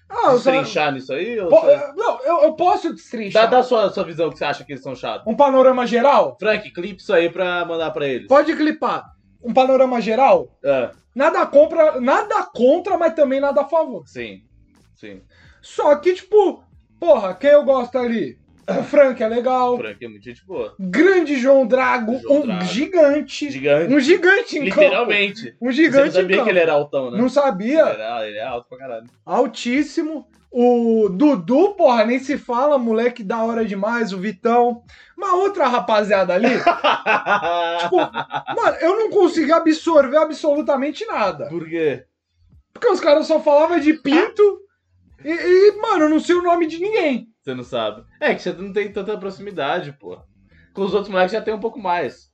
Speaker 1: Ah, eu só-
Speaker 2: Destrinchar nisso aí? Ou
Speaker 1: Po-
Speaker 2: você-
Speaker 1: Não, eu, eu posso
Speaker 2: Dá,
Speaker 1: destrinchar.
Speaker 2: dá sua, sua visão que você acha que eles são chatos.
Speaker 1: Um panorama geral?
Speaker 2: Frank, clipe isso aí pra mandar pra eles.
Speaker 1: Pode clipar. Um panorama geral?
Speaker 2: É,
Speaker 1: Nada contra, nada contra, mas também nada a favor.
Speaker 2: sim. Sim.
Speaker 1: Só que, tipo, porra, quem eu gosto ali? [CLEARS THROAT] O Frank é legal.
Speaker 2: O Frank é muito gente boa.
Speaker 1: Grande João Drago,
Speaker 2: João
Speaker 1: um
Speaker 2: Drago.
Speaker 1: gigante.
Speaker 2: Gigante.
Speaker 1: Um gigante em campo.
Speaker 2: Literalmente.
Speaker 1: Um
Speaker 2: Você não
Speaker 1: gigante em
Speaker 2: sabia
Speaker 1: campo.
Speaker 2: que ele era altão, né?
Speaker 1: Não sabia.
Speaker 2: Ele, era, ele é alto pra caralho. [LAUGHS]
Speaker 1: Altíssimo. O Dudu, porra, nem se fala, moleque da hora demais, o Vitão. Uma outra rapaziada ali.
Speaker 2: [LAUGHS]
Speaker 1: Tipo, mano, eu não consegui absorver absolutamente nada.
Speaker 2: Por quê?
Speaker 1: Porque os caras só falavam de pinto e, e, mano, eu não sei o nome de ninguém.
Speaker 2: Você não sabe. É que você não tem tanta proximidade, pô. Com os outros moleques já tem um pouco mais.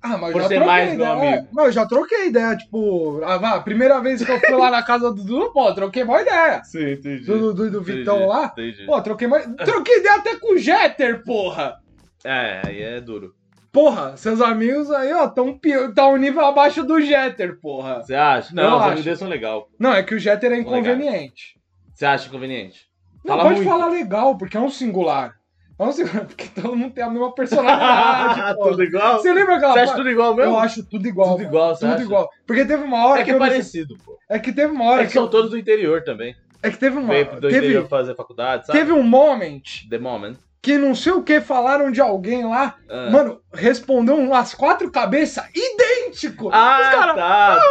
Speaker 1: Ah, mas eu
Speaker 2: Por
Speaker 1: já
Speaker 2: ser
Speaker 1: troquei
Speaker 2: mais
Speaker 1: ideia.
Speaker 2: meu amigo.
Speaker 1: é. Mas eu já troquei ideia, tipo, a, a primeira vez que eu fui lá na casa do Dudu, pô, eu troquei uma ideia.
Speaker 2: Sim, entendi.
Speaker 1: Do Dudu e do
Speaker 2: Entendi,
Speaker 1: Vitão lá.
Speaker 2: Entendi.
Speaker 1: Pô, troquei mais. Troquei ideia até com o Jeter, porra!
Speaker 2: É, aí é duro.
Speaker 1: Porra, seus amigos aí, ó, tão, pi- tão um nível abaixo do Jeter, porra.
Speaker 2: Você acha? Não,
Speaker 1: Eu
Speaker 2: os
Speaker 1: acho.
Speaker 2: amigos deles são legal.
Speaker 1: Não, é que o Jeter é
Speaker 2: Legal.
Speaker 1: inconveniente.
Speaker 2: Você
Speaker 1: [LAUGHS]
Speaker 2: acha inconveniente?
Speaker 1: Não
Speaker 2: Fala
Speaker 1: pode
Speaker 2: muito.
Speaker 1: falar legal, porque é um singular. É um singular, [LAUGHS] porque todo mundo tem a mesma personalidade, porra.
Speaker 2: [LAUGHS] tudo igual?
Speaker 1: Você lembra aquela
Speaker 2: Ah, tipo, Você acha
Speaker 1: parte?
Speaker 2: tudo igual mesmo?
Speaker 1: Eu acho tudo igual.
Speaker 2: tudo igual, você
Speaker 1: Tudo
Speaker 2: acha?
Speaker 1: igual. Porque teve uma hora
Speaker 2: É que
Speaker 1: eu
Speaker 2: é
Speaker 1: não sei-
Speaker 2: parecido, pô.
Speaker 1: É que teve uma hora
Speaker 2: É que são todos do interior também.
Speaker 1: É que teve uma
Speaker 2: Veio do
Speaker 1: teve,
Speaker 2: interior fazer faculdade, sabe?
Speaker 1: teve um moment
Speaker 2: The moment.
Speaker 1: que não sei o que falaram de alguém lá.
Speaker 2: Ah.
Speaker 1: Mano, respondeu umas quatro cabeças idêntico.
Speaker 2: Ah,
Speaker 1: Os cara,
Speaker 2: tá. tá.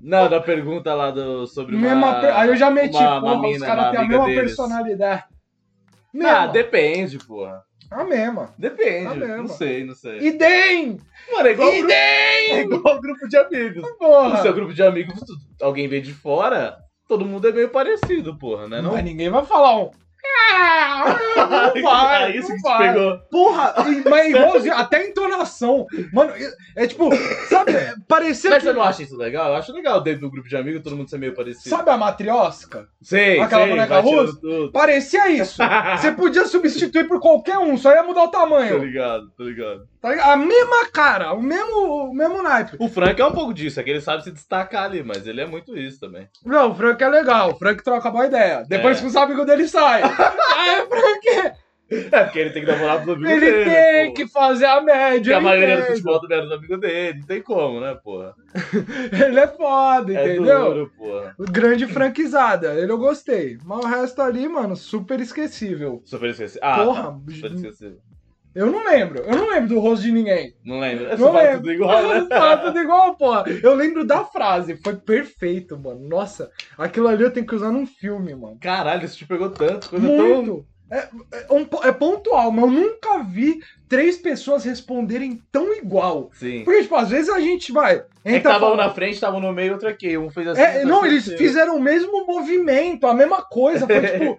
Speaker 2: Não, da pergunta lá do, sobre uma...
Speaker 1: mesma per- Aí eu já meti,
Speaker 2: uma- uma
Speaker 1: porra, os
Speaker 2: mina,
Speaker 1: caras
Speaker 2: uma
Speaker 1: têm a
Speaker 2: amiga
Speaker 1: mesma
Speaker 2: deles.
Speaker 1: personalidade. Mesma,
Speaker 2: Ah, depende, porra.
Speaker 1: A mesma.
Speaker 2: Depende.
Speaker 1: Tá mesmo.
Speaker 2: não sei, não sei.
Speaker 1: Idem!
Speaker 2: Mano, é igual, o grupo, [LAUGHS] é
Speaker 1: Idem!
Speaker 2: igual o grupo de amigos.
Speaker 1: Porra!
Speaker 2: No seu grupo de amigos, tu- alguém vem de fora, todo mundo é meio parecido, porra, né? Não
Speaker 1: Mas ninguém vai falar um.
Speaker 2: [LAUGHS]
Speaker 1: Ah, não vai,
Speaker 2: Ah, isso
Speaker 1: não
Speaker 2: que te
Speaker 1: vai.
Speaker 2: pegou.
Speaker 1: Porra, e- mas igualzinho, até a entonação. Mano, é, é tipo, sabe, é, parecia
Speaker 2: Mas você
Speaker 1: que.
Speaker 2: não acha isso legal? Eu acho legal dentro do grupo de amigos todo mundo ser meio parecido.
Speaker 1: Sabe a matriosca?
Speaker 2: Sei,
Speaker 1: Aquela
Speaker 2: sei,
Speaker 1: boneca
Speaker 2: vai tirando
Speaker 1: russa?
Speaker 2: tudo.
Speaker 1: Parecia isso. Você podia substituir por qualquer um, só ia mudar o
Speaker 2: [LAUGHS] Tô
Speaker 1: tamanho.
Speaker 2: ligado, tô ligado.
Speaker 1: tá ligado? A mesma cara, o mesmo, o mesmo naipe.
Speaker 2: O Frank é um pouco disso, é que ele sabe se destacar ali, mas ele é muito isso também.
Speaker 1: Não, o Frank é legal, o Frank troca boa ideia. Depois
Speaker 2: É.
Speaker 1: que os amigos dele
Speaker 2: [LAUGHS]
Speaker 1: saem. Aí o Frank,
Speaker 2: É, porque ele tem que namorar pros amigos
Speaker 1: ele
Speaker 2: dele.
Speaker 1: tem
Speaker 2: pô.
Speaker 1: que fazer a
Speaker 2: Porque
Speaker 1: média.
Speaker 2: a maioria do
Speaker 1: entende?
Speaker 2: futebol também era do amigo é dele, não tem como, né, porra?
Speaker 1: Ele é foda,
Speaker 2: É
Speaker 1: entendeu?
Speaker 2: duro, porra.
Speaker 1: Grande franquizada, ele eu gostei. Mas o resto ali, mano, super esquecível.
Speaker 2: Super esqueci. Ah,
Speaker 1: Porra,
Speaker 2: tá. super esqueci.
Speaker 1: Eu não lembro, eu não lembro do rosto de ninguém. [LAUGHS]
Speaker 2: Não lembro. Você
Speaker 1: Não
Speaker 2: fala
Speaker 1: lembro.
Speaker 2: tudo igual, né?
Speaker 1: Fala tudo igual, porra. Eu lembro da frase. Foi perfeito, mano. Nossa, aquilo ali eu tenho que usar num filme, mano.
Speaker 2: Caralho, isso te pegou tanto. Coisa tão
Speaker 1: Muito. É, é um po- é pontual, mas eu nunca vi três pessoas responderem tão igual.
Speaker 2: Sim.
Speaker 1: Porque, tipo, às vezes a gente vai.
Speaker 2: É que
Speaker 1: entra
Speaker 2: tava um
Speaker 1: falando-
Speaker 2: na frente, tava um no meio, outro aqui. Um fez assim.
Speaker 1: É,
Speaker 2: outro
Speaker 1: não,
Speaker 2: assim,
Speaker 1: eles
Speaker 2: assim.
Speaker 1: fizeram o mesmo movimento, a mesma coisa. Foi
Speaker 2: [LAUGHS]
Speaker 1: tipo.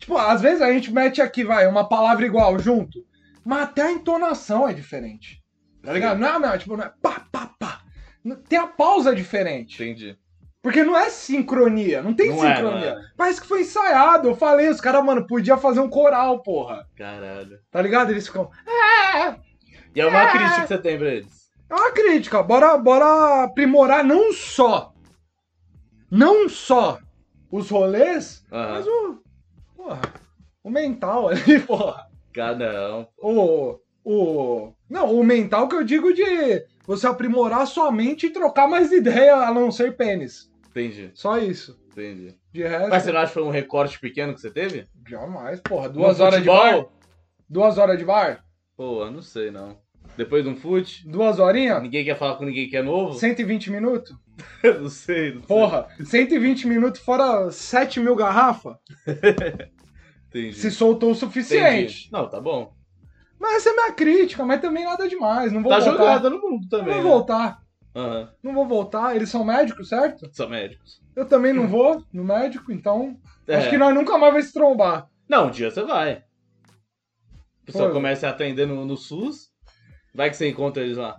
Speaker 1: tipo, às vezes a gente mete aqui, vai, uma palavra igual junto. Mas até a entonação é diferente. Tá ligado? Não, não, tipo, não é pá, pá, pá. Não- Tem a pausa diferente.
Speaker 2: Entendi.
Speaker 1: Porque não é sincronia, não tem
Speaker 2: Não é,
Speaker 1: sincronia.
Speaker 2: não
Speaker 1: Parece que foi ensaiado. Eu falei, os caras, mano, podia fazer um coral, porra.
Speaker 2: Caralho.
Speaker 1: Tá ligado? Eles ficam.
Speaker 2: E é uma crítica que você tem pra eles.
Speaker 1: É uma crítica, bora, bora aprimorar não só. Não só os rolês, mas
Speaker 2: Aham.
Speaker 1: o. Porra. O mental [LAUGHS] ali, porra.
Speaker 2: Cara, não.
Speaker 1: O. O. Não, o mental que eu digo de você aprimorar sua mente e trocar mais [LAUGHS] ideia a não ser pênis.
Speaker 2: Entendi,
Speaker 1: Só isso.
Speaker 2: entendi.
Speaker 1: De resto.
Speaker 2: Mas você não acha que foi um recorte pequeno que você teve?
Speaker 1: Jamais, porra. Duas
Speaker 2: No
Speaker 1: horas de
Speaker 2: futebol?
Speaker 1: bar. Duas horas de bar?
Speaker 2: Pô, não sei não. Depois de um fute?
Speaker 1: Duas horinhas?
Speaker 2: Ninguém quer falar com ninguém que é novo?
Speaker 1: 120 minutos?
Speaker 2: [LAUGHS] Eu não sei, não sei.
Speaker 1: Porra, 120 minutos fora 7 mil garrafas?
Speaker 2: Entendi.
Speaker 1: Se soltou o suficiente.
Speaker 2: Entendi. Não, tá bom.
Speaker 1: Mas essa é minha crítica, mas também nada demais. Não vou
Speaker 2: tá
Speaker 1: voltar.
Speaker 2: jogada no mundo
Speaker 1: Não
Speaker 2: também.
Speaker 1: vou
Speaker 2: Né?
Speaker 1: voltar.
Speaker 2: Aham.
Speaker 1: Não vou voltar. Eles são médicos, certo?
Speaker 2: São médicos.
Speaker 1: Eu também não vou no médico, então.
Speaker 2: É.
Speaker 1: Acho que nós nunca mais vamos se trombar.
Speaker 2: Não, um dia você vai. O pessoal
Speaker 1: Pô.
Speaker 2: começa a atender no, no SUS. Vai que você encontra eles lá.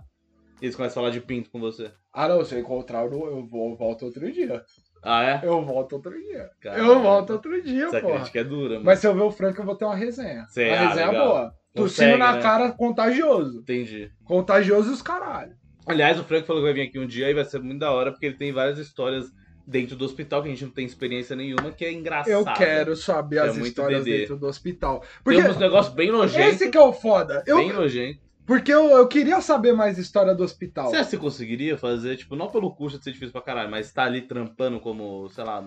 Speaker 2: Eles começam a falar de pinto com você.
Speaker 1: Ah, não, se eu encontrar, eu, eu vou, eu volto outro dia.
Speaker 2: Ah, é?
Speaker 1: Eu volto outro dia.
Speaker 2: Cara,
Speaker 1: eu volto outro dia,
Speaker 2: Essa
Speaker 1: porra.
Speaker 2: crítica é dura, mano.
Speaker 1: Mas se eu ver o Frank, eu vou ter uma resenha.
Speaker 2: Cê-
Speaker 1: uma
Speaker 2: ah,
Speaker 1: resenha é
Speaker 2: legal.
Speaker 1: boa. Tossindo
Speaker 2: Consegue,
Speaker 1: na
Speaker 2: né?
Speaker 1: cara, contagioso.
Speaker 2: Entendi.
Speaker 1: Contagioso e os caralho.
Speaker 2: Aliás, o Frank falou que vai vir aqui um dia e vai ser muito da hora, porque ele tem várias histórias dentro do hospital que a gente não tem experiência nenhuma, que é engraçado.
Speaker 1: Eu quero saber
Speaker 2: É
Speaker 1: as
Speaker 2: muito
Speaker 1: histórias
Speaker 2: DD.
Speaker 1: dentro do hospital.
Speaker 2: Porque...
Speaker 1: Porque
Speaker 2: Tem uns negócios bem nojentos.
Speaker 1: esse que é o foda. Eu,
Speaker 2: Bem nojento.
Speaker 1: Porque eu, eu queria saber mais história do hospital.
Speaker 2: Você acha que você conseguiria fazer, tipo, não pelo custo de ser difícil pra caralho, mas tá ali trampando como, sei lá,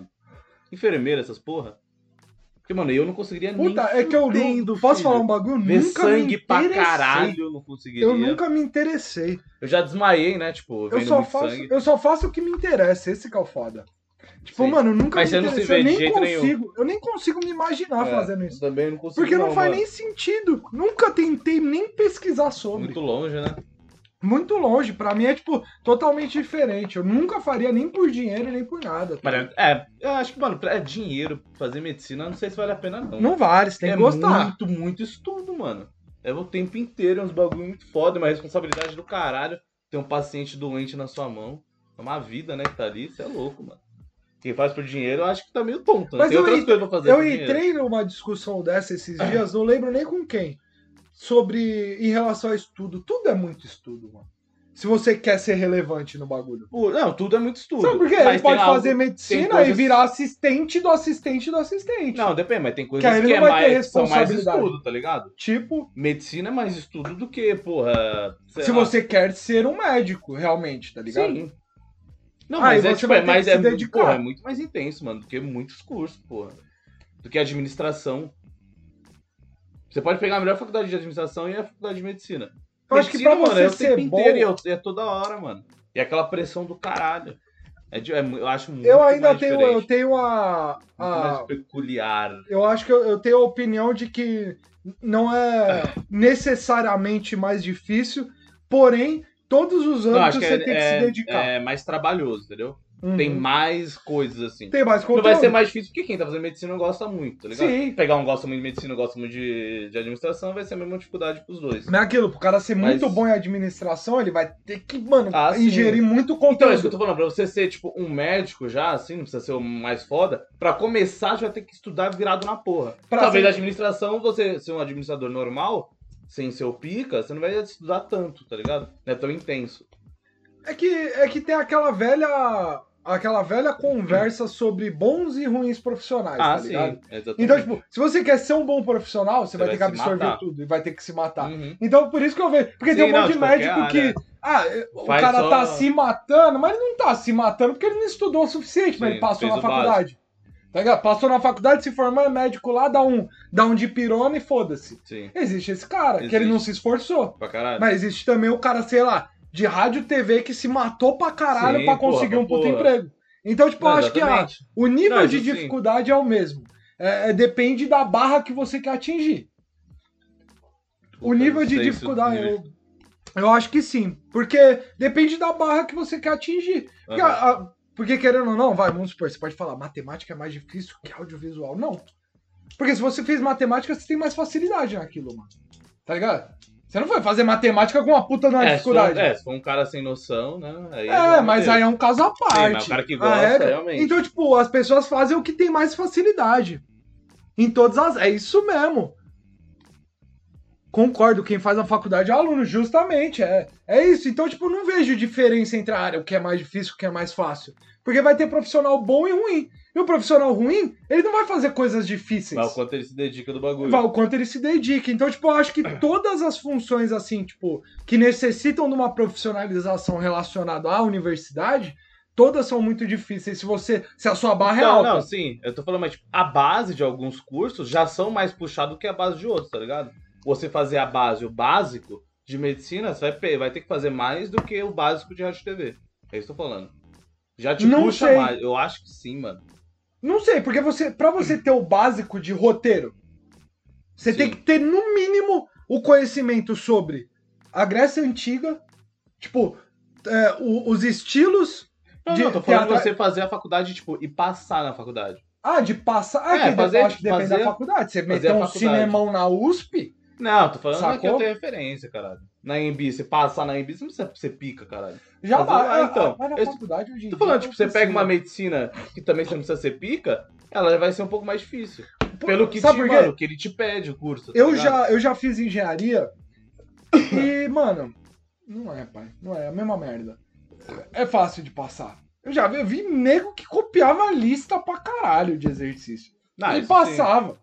Speaker 2: enfermeira, essas porra? Porque, mano, eu não conseguiria nem
Speaker 1: Puta, é que eu
Speaker 2: fudendo,
Speaker 1: não. Posso
Speaker 2: filho.
Speaker 1: falar um bagulho? Eu
Speaker 2: Ver
Speaker 1: nunca me
Speaker 2: sangue pra
Speaker 1: interessei.
Speaker 2: caralho, eu não conseguiria.
Speaker 1: Eu
Speaker 2: Eu,
Speaker 1: nunca me interessei.
Speaker 2: já desmaiei, né? Tipo,
Speaker 1: Eu
Speaker 2: vendo
Speaker 1: só,
Speaker 2: muito
Speaker 1: faço,
Speaker 2: sangue.
Speaker 1: eu só faço o que me interessa. Esse que é o foda. Tipo,
Speaker 2: Sim.
Speaker 1: mano, eu nunca
Speaker 2: Mas
Speaker 1: me
Speaker 2: você não se
Speaker 1: interessei.
Speaker 2: vê de
Speaker 1: eu nem
Speaker 2: jeito nenhum.
Speaker 1: consigo. Eu nem consigo me imaginar
Speaker 2: É,
Speaker 1: fazendo isso.
Speaker 2: eu Também não consigo.
Speaker 1: Porque não, faz
Speaker 2: mano.
Speaker 1: nem sentido. Nunca tentei nem pesquisar sobre.
Speaker 2: Muito longe, né?
Speaker 1: Muito longe, pra mim é tipo totalmente diferente. Eu nunca faria nem por dinheiro, nem por nada. tá?
Speaker 2: Mano, É, eu acho que, mano, pra dinheiro, fazer medicina, eu não sei se vale a pena, não.
Speaker 1: Não vale, você tem
Speaker 2: é
Speaker 1: que gostar.
Speaker 2: muito, muito estudo, mano. É É o tempo inteiro, é uns bagulho muito foda, uma responsabilidade do caralho. Ter um paciente doente na sua mão. É uma vida, né, que tá ali, você é louco, mano. Quem faz por dinheiro, eu acho que tá meio tonto. Né?
Speaker 1: Mas
Speaker 2: Tem
Speaker 1: eu
Speaker 2: outras
Speaker 1: en-
Speaker 2: coisas pra fazer.
Speaker 1: Eu
Speaker 2: por dinheiro. Ah.
Speaker 1: entrei numa discussão dessa esses dias, não lembro nem com quem, sobre em relação a estudo. Tudo é muito estudo, mano. Se você quer ser relevante no bagulho.
Speaker 2: Pô, Não, tudo é muito estudo.
Speaker 1: Sabe por quê?
Speaker 2: Mas
Speaker 1: Ele pode
Speaker 2: tem algo-
Speaker 1: fazer
Speaker 2: tem
Speaker 1: medicina
Speaker 2: coisas-
Speaker 1: e virar assistente do assistente do assistente.
Speaker 2: Não, depende, mas tem
Speaker 1: Que
Speaker 2: coisas
Speaker 1: aí
Speaker 2: que,
Speaker 1: ele
Speaker 2: é
Speaker 1: não vai ter
Speaker 2: mais, são mais
Speaker 1: responsabilidade.
Speaker 2: estudo, tá ligado?
Speaker 1: Tipo,
Speaker 2: Medicina é mais estudo do que, porra. sei
Speaker 1: se
Speaker 2: lá.
Speaker 1: você quer ser um médico, realmente, tá ligado?
Speaker 2: Sim. Não,
Speaker 1: Ah,
Speaker 2: mas
Speaker 1: e
Speaker 2: é,
Speaker 1: você
Speaker 2: tipo,
Speaker 1: vai
Speaker 2: é
Speaker 1: ter
Speaker 2: mais,
Speaker 1: que se
Speaker 2: é, muito-
Speaker 1: dedicar.
Speaker 2: porra, é muito mais intenso, mano, do que muitos cursos, porra. Do que administração. Você pode pegar a melhor faculdade de administração e a faculdade de medicina.
Speaker 1: Eu acho que
Speaker 2: Medicina,
Speaker 1: pra você
Speaker 2: mano, é o
Speaker 1: ser
Speaker 2: tempo
Speaker 1: bom,
Speaker 2: inteiro e é o- e é, toda hora, mano. E aquela pressão do caralho. É, de- é mu- eu acho muito
Speaker 1: eu ainda
Speaker 2: mais
Speaker 1: tenho, eu Ah.
Speaker 2: diferente,
Speaker 1: tenho a,
Speaker 2: muito mais
Speaker 1: a
Speaker 2: peculiar.
Speaker 1: eu acho que eu, eu tenho a opinião de que não
Speaker 2: [LAUGHS]
Speaker 1: é necessariamente mais difícil, porém, todos os
Speaker 2: Não,
Speaker 1: anos
Speaker 2: acho que
Speaker 1: você
Speaker 2: é,
Speaker 1: tem que
Speaker 2: é-
Speaker 1: se dedicar.
Speaker 2: é mais trabalhoso, entendeu?
Speaker 1: Uhum.
Speaker 2: Tem mais coisas assim.
Speaker 1: Tem mais
Speaker 2: Não
Speaker 1: conteúdo.
Speaker 2: vai ser mais difícil porque quem tá fazendo medicina não gosta muito, tá ligado?
Speaker 1: Sim.
Speaker 2: Pegar um gosta muito de medicina, gosta muito de, de administração, vai ser a mesma dificuldade pros dois.
Speaker 1: Mas é aquilo, pro cara ser
Speaker 2: Mas-
Speaker 1: muito bom em administração, ele vai ter que, mano,
Speaker 2: Ah, sim.
Speaker 1: ingerir muito
Speaker 2: Então, é
Speaker 1: conteúdo.
Speaker 2: isso que eu tô falando, pra você ser, tipo, um médico já, assim, não precisa ser o mais foda, pra começar já ter que estudar virado na porra.
Speaker 1: Pra
Speaker 2: Talvez
Speaker 1: ser-
Speaker 2: a administração, você ser um administrador normal, sem seu pica, você não vai estudar tanto, tá ligado? Não é tão intenso.
Speaker 1: É que, é que tem aquela velha. Aquela velha conversa sobre bons e ruins profissionais,
Speaker 2: ah,
Speaker 1: tá
Speaker 2: sim,
Speaker 1: ligado?
Speaker 2: exatamente.
Speaker 1: Então, tipo, se você quer ser um bom profissional, você,
Speaker 2: Você
Speaker 1: vai,
Speaker 2: vai
Speaker 1: ter que
Speaker 2: se
Speaker 1: absorver
Speaker 2: matar.
Speaker 1: tudo e vai ter que se matar.
Speaker 2: Uhum.
Speaker 1: Então, por isso que eu vejo. Porque
Speaker 2: Sim,
Speaker 1: tem um
Speaker 2: não,
Speaker 1: monte de,
Speaker 2: de qualquer
Speaker 1: médico
Speaker 2: área.
Speaker 1: que. Ah, o
Speaker 2: Faz
Speaker 1: cara
Speaker 2: só-
Speaker 1: tá se matando, mas ele não tá se matando porque ele não estudou o suficiente, mas
Speaker 2: Sim,
Speaker 1: ele passou
Speaker 2: fez
Speaker 1: na
Speaker 2: o básico.
Speaker 1: faculdade. Tá ligado? Passou na faculdade, se formou, é médico lá, dá um, dá um dipirona e foda-se.
Speaker 2: Sim,
Speaker 1: Existe esse cara, que ele
Speaker 2: Existe.
Speaker 1: não se esforçou.
Speaker 2: pra caralho.
Speaker 1: Mas existe também o cara, sei lá, de rádio e TV que se matou pra caralho
Speaker 2: Sim,
Speaker 1: pra conseguir
Speaker 2: porra,
Speaker 1: um puto
Speaker 2: porra.
Speaker 1: emprego. Então, tipo,
Speaker 2: Não,
Speaker 1: eu acho que ah,
Speaker 2: exatamente.
Speaker 1: o nível
Speaker 2: Não, assim-
Speaker 1: de
Speaker 2: isso sim.
Speaker 1: dificuldade é o mesmo. É, é, depende da barra que você quer atingir. O
Speaker 2: Puta,
Speaker 1: nível
Speaker 2: não
Speaker 1: de
Speaker 2: sei se o
Speaker 1: dificuldade,
Speaker 2: nível-
Speaker 1: eu, eu acho que sim. Porque depende da barra que você quer atingir. Porque,
Speaker 2: Aham.
Speaker 1: a- a- porque querendo ou não, vai, vamos supor, você pode falar, matemática é mais difícil que audiovisual. Não. Porque se você fez matemática, você tem mais facilidade naquilo, mano. Tá ligado? Você não foi fazer matemática com uma puta na
Speaker 2: É, se for,
Speaker 1: dificuldade.
Speaker 2: é, se for um cara sem noção, né? Aí
Speaker 1: É, mas aí é um caso à parte.
Speaker 2: mas o cara que gosta,
Speaker 1: A regra-
Speaker 2: realmente.
Speaker 1: Então, tipo, as pessoas fazem o que tem mais facilidade. Em todas as. É isso mesmo. Concordo, quem faz a faculdade é o aluno, justamente. É, é isso. Então, tipo, eu não vejo diferença entre a área, o que é mais difícil, o que é mais fácil. Porque vai ter profissional bom e ruim. E o profissional ruim, ele não vai fazer coisas difíceis.
Speaker 2: Mas o quanto ele se dedica do bagulho.
Speaker 1: Vai, o quanto ele se dedica. Então, tipo, eu acho
Speaker 2: É.
Speaker 1: que todas as funções, assim, tipo, que necessitam de uma profissionalização relacionada à universidade, todas são muito difíceis se você. Se a sua barra é
Speaker 2: Não,
Speaker 1: alta.
Speaker 2: não, sim. Eu tô falando, mas tipo, a base de alguns cursos já são mais puxados que a base de outros, tá ligado? Você fazer a base, o básico de medicina, você vai, pe- vai ter que fazer mais do que o básico de rádio e TV. É isso que eu tô falando. Já te
Speaker 1: Não
Speaker 2: puxa
Speaker 1: sei.
Speaker 2: mais. Eu acho que sim, mano.
Speaker 1: Não, sei, porque você. para você ter o básico de roteiro, você
Speaker 2: Sim.
Speaker 1: tem que ter, no mínimo, o conhecimento sobre a Grécia Antiga, tipo, é, o- os estilos.
Speaker 2: Não,
Speaker 1: De-
Speaker 2: não, eu tô falando de
Speaker 1: teatra-
Speaker 2: você fazer a faculdade, tipo, e passar na faculdade.
Speaker 1: Ah, de passar. Ah,
Speaker 2: É,
Speaker 1: que de-
Speaker 2: fazer-
Speaker 1: acho que depende
Speaker 2: fazer-
Speaker 1: da faculdade. Você meter
Speaker 2: a
Speaker 1: um
Speaker 2: faculdade.
Speaker 1: cinemão na USP.
Speaker 2: Não, eu tô falando
Speaker 1: Sacou?
Speaker 2: que eu tenho referência, caralho. Na MB, você passar na MB, você não precisa ser pica, caralho.
Speaker 1: Já
Speaker 2: Mas,
Speaker 1: vai.
Speaker 2: ah, então,
Speaker 1: Mas na
Speaker 2: eu-
Speaker 1: faculdade hoje em dia
Speaker 2: Tô
Speaker 1: assim,
Speaker 2: falando,
Speaker 1: não
Speaker 2: tipo, você pega
Speaker 1: precisa.
Speaker 2: uma medicina que também você não precisa ser pica, ela vai ser um pouco mais difícil.
Speaker 1: Pô,
Speaker 2: Pelo que,
Speaker 1: sabe
Speaker 2: te,
Speaker 1: por quê?
Speaker 2: mano, que ele te pede o curso. tá
Speaker 1: Eu
Speaker 2: ligado?
Speaker 1: já, eu já fiz engenharia e, mano, não é, pai. Não é, é a mesma merda. É fácil de passar. Eu já vi, eu vi nego que copiava a lista pra caralho de exercício.
Speaker 2: Não,
Speaker 1: e
Speaker 2: Ah, isso
Speaker 1: passava.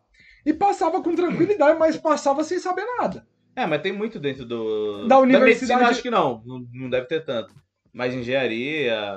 Speaker 1: E passava com tranquilidade, mas passava sem saber nada.
Speaker 2: sim. É, mas tem muito dentro do.
Speaker 1: Da universidade-
Speaker 2: medicina, acho que não. não. Não deve ter tanto. Mas engenharia,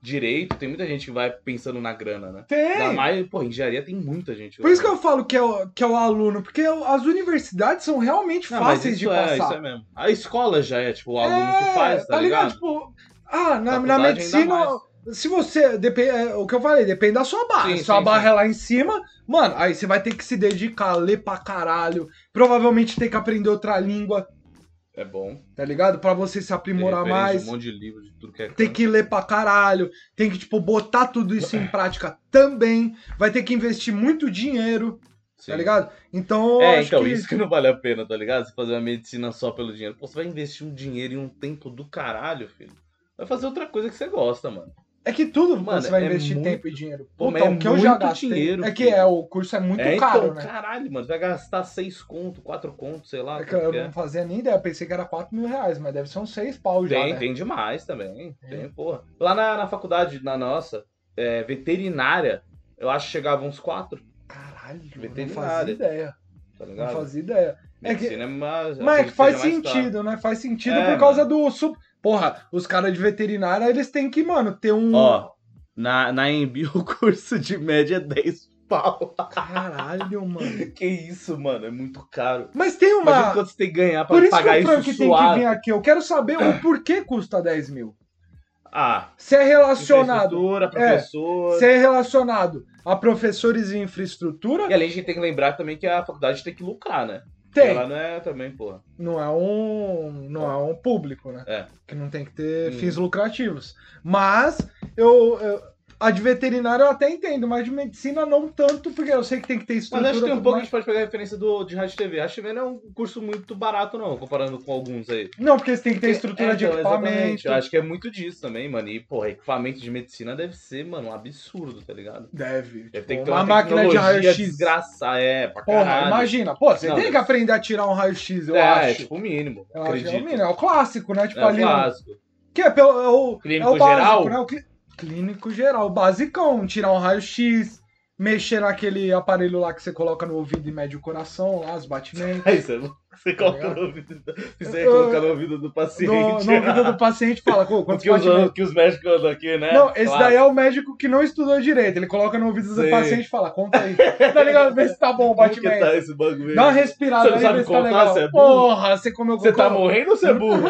Speaker 2: direito, tem muita gente que vai pensando na grana, né? Ainda
Speaker 1: Tem!
Speaker 2: mais, pô, engenharia tem muita gente.
Speaker 1: Por isso que eu falo que é o, que é o aluno, porque o- as universidades são realmente
Speaker 2: não, mas
Speaker 1: fáceis
Speaker 2: isso
Speaker 1: de
Speaker 2: é,
Speaker 1: passar.
Speaker 2: isso é mesmo. A escola já é, tipo, o aluno
Speaker 1: É,
Speaker 2: que faz, tá, ligado?
Speaker 1: Tipo, ah, na, na
Speaker 2: Faculdade ainda
Speaker 1: medicina,
Speaker 2: mais.
Speaker 1: se você. Depende, é o que eu falei, depende da sua barra.
Speaker 2: Sim,
Speaker 1: se sua
Speaker 2: sim,
Speaker 1: barra
Speaker 2: sim.
Speaker 1: é lá em cima, mano, aí você vai ter que se dedicar a ler pra caralho. Provavelmente ter que aprender outra língua,
Speaker 2: É bom. tem
Speaker 1: tá ligado? Pra você se aprimorar
Speaker 2: referência,
Speaker 1: mais.
Speaker 2: Um monte de livro de tudo que é.
Speaker 1: Tem que ler pra caralho, tem que, tipo, botar tudo isso em prática também. Vai ter que investir muito dinheiro, tá ligado? Então, eu
Speaker 2: É,
Speaker 1: acho
Speaker 2: então,
Speaker 1: que...
Speaker 2: isso que não vale a pena, tá ligado? Você fazer uma medicina só pelo dinheiro. Pô, você vai investir um dinheiro e um tempo do caralho, filho. Vai fazer outra coisa que você gosta, mano.
Speaker 1: É que tudo
Speaker 2: Mano,
Speaker 1: você vai
Speaker 2: é
Speaker 1: investir
Speaker 2: muito-
Speaker 1: tempo e dinheiro.
Speaker 2: Pô,
Speaker 1: Puta,
Speaker 2: mas é
Speaker 1: o que eu já
Speaker 2: muito
Speaker 1: gastei.
Speaker 2: dinheiro,
Speaker 1: é que
Speaker 2: filho.
Speaker 1: é, o curso é muito
Speaker 2: é,
Speaker 1: caro,
Speaker 2: então,
Speaker 1: né?
Speaker 2: caralho, mano. Vai gastar seis conto, quatro conto, sei lá.
Speaker 1: É que
Speaker 2: quanto
Speaker 1: eu
Speaker 2: que é.
Speaker 1: não fazia nem ideia, eu pensei que era 4 mil reais, mas deve ser uns 6 pau já,
Speaker 2: Tem,
Speaker 1: né?
Speaker 2: tem demais também.
Speaker 1: É.
Speaker 2: Tem, porra. Lá na, na faculdade, na nossa, é, veterinária, eu acho que chegava uns quatro,
Speaker 1: Caralho, eu não fazia
Speaker 2: Veterinária.
Speaker 1: ideia.
Speaker 2: tá
Speaker 1: Não
Speaker 2: ligado?
Speaker 1: fazia ideia. é que-
Speaker 2: Medicina é
Speaker 1: Mas
Speaker 2: mais.
Speaker 1: é que
Speaker 2: acredito
Speaker 1: faz
Speaker 2: seja mais caro.
Speaker 1: sentido, né? Faz sentido
Speaker 2: É,
Speaker 1: por causa do... Sub... Porra, os caras de veterinária, eles têm que, mano, ter um...
Speaker 2: Ó, na, na Embi [LAUGHS] o curso de média é 10 pau.
Speaker 1: Caralho, mano.
Speaker 2: Que isso, mano? É muito caro.
Speaker 1: Mas tem uma...
Speaker 2: Imagina quanto você tem que ganhar pra
Speaker 1: Ah, Por isso que
Speaker 2: pagar
Speaker 1: o Frank
Speaker 2: isso
Speaker 1: tem que
Speaker 2: suave.
Speaker 1: vir aqui. Eu quero saber o porquê custa 10 mil.
Speaker 2: Ah,
Speaker 1: Se é relacionado...
Speaker 2: infraestrutura, professor.
Speaker 1: Se é relacionado a professores e infraestrutura,
Speaker 2: E além a gente tem que lembrar também que a faculdade tem que lucrar, né?
Speaker 1: tem.
Speaker 2: Ela não é também, porra.
Speaker 1: Não é um, não é um público, né?
Speaker 2: É.
Speaker 1: Que não tem que ter
Speaker 2: Hum.
Speaker 1: fins lucrativos. Mas eu, eu- a de veterinário eu até entendo, mas de medicina não tanto, porque eu sei que tem que ter
Speaker 2: Mas
Speaker 1: estrutura.
Speaker 2: acho que tem um
Speaker 1: tudo
Speaker 2: pouco que a
Speaker 1: mais.
Speaker 2: gente pode pegar a referência do, de Rádio e TV. Acho que não é um curso muito barato, não, comparando com alguns aí.
Speaker 1: Não, porque você tem que ter estrutura
Speaker 2: É,
Speaker 1: de
Speaker 2: então,
Speaker 1: equipamento.
Speaker 2: exatamente. Eu Acho que é muito disso também, mano. E, porra, equipamento de medicina deve ser, mano, um absurdo, tá ligado?
Speaker 1: Deve.
Speaker 2: Deve
Speaker 1: Tipo,
Speaker 2: ter que ter
Speaker 1: uma
Speaker 2: uma
Speaker 1: máquina de raio-x.
Speaker 2: Desgraça, é, pra
Speaker 1: Porra,
Speaker 2: caralho.
Speaker 1: imagina. Pô, você
Speaker 2: Não,
Speaker 1: tem
Speaker 2: deve-
Speaker 1: que aprender a tirar um raio-x, eu
Speaker 2: é, é,
Speaker 1: acho.
Speaker 2: tipo, o mínimo.
Speaker 1: Eu acho que
Speaker 2: acredito.
Speaker 1: é o mínimo, é o clássico, né? Tipo,
Speaker 2: É,
Speaker 1: ali. um-
Speaker 2: clássico.
Speaker 1: [LAUGHS] Que é, pelo, é o,
Speaker 2: Clínico
Speaker 1: é o básico,
Speaker 2: geral?
Speaker 1: né? O cli- clínico geral, basicão. Tirar um raio-x, mexer naquele aparelho lá que você coloca no ouvido e mede o coração, lá, os
Speaker 2: [LAUGHS]
Speaker 1: batimentos.
Speaker 2: Aí você, você coloca
Speaker 1: Tá ligado?
Speaker 2: no ouvido. do- Você
Speaker 1: Eu-
Speaker 2: coloca no ouvido do
Speaker 1: No,
Speaker 2: paciente.
Speaker 1: no
Speaker 2: [LAUGHS]
Speaker 1: ouvido do paciente fala, "Pô,
Speaker 2: o
Speaker 1: quantos
Speaker 2: que os,
Speaker 1: batimentos?
Speaker 2: que os médicos andam aqui, né?
Speaker 1: Não, esse daí é o médico que não estudou direito. Ele coloca no ouvido do
Speaker 2: Sei.
Speaker 1: paciente e fala, conta aí. Tá ligado? Vê se tá bom o
Speaker 2: Como que
Speaker 1: batimento.
Speaker 2: tá esse bagulho?
Speaker 1: Dá uma
Speaker 2: Você
Speaker 1: respirada
Speaker 2: não
Speaker 1: aí,
Speaker 2: sabe
Speaker 1: vê se tá
Speaker 2: contar,
Speaker 1: legal.
Speaker 2: você é burro?
Speaker 1: Porra, você comeu
Speaker 2: Você tá
Speaker 1: cocô?
Speaker 2: morrendo ou você é burro?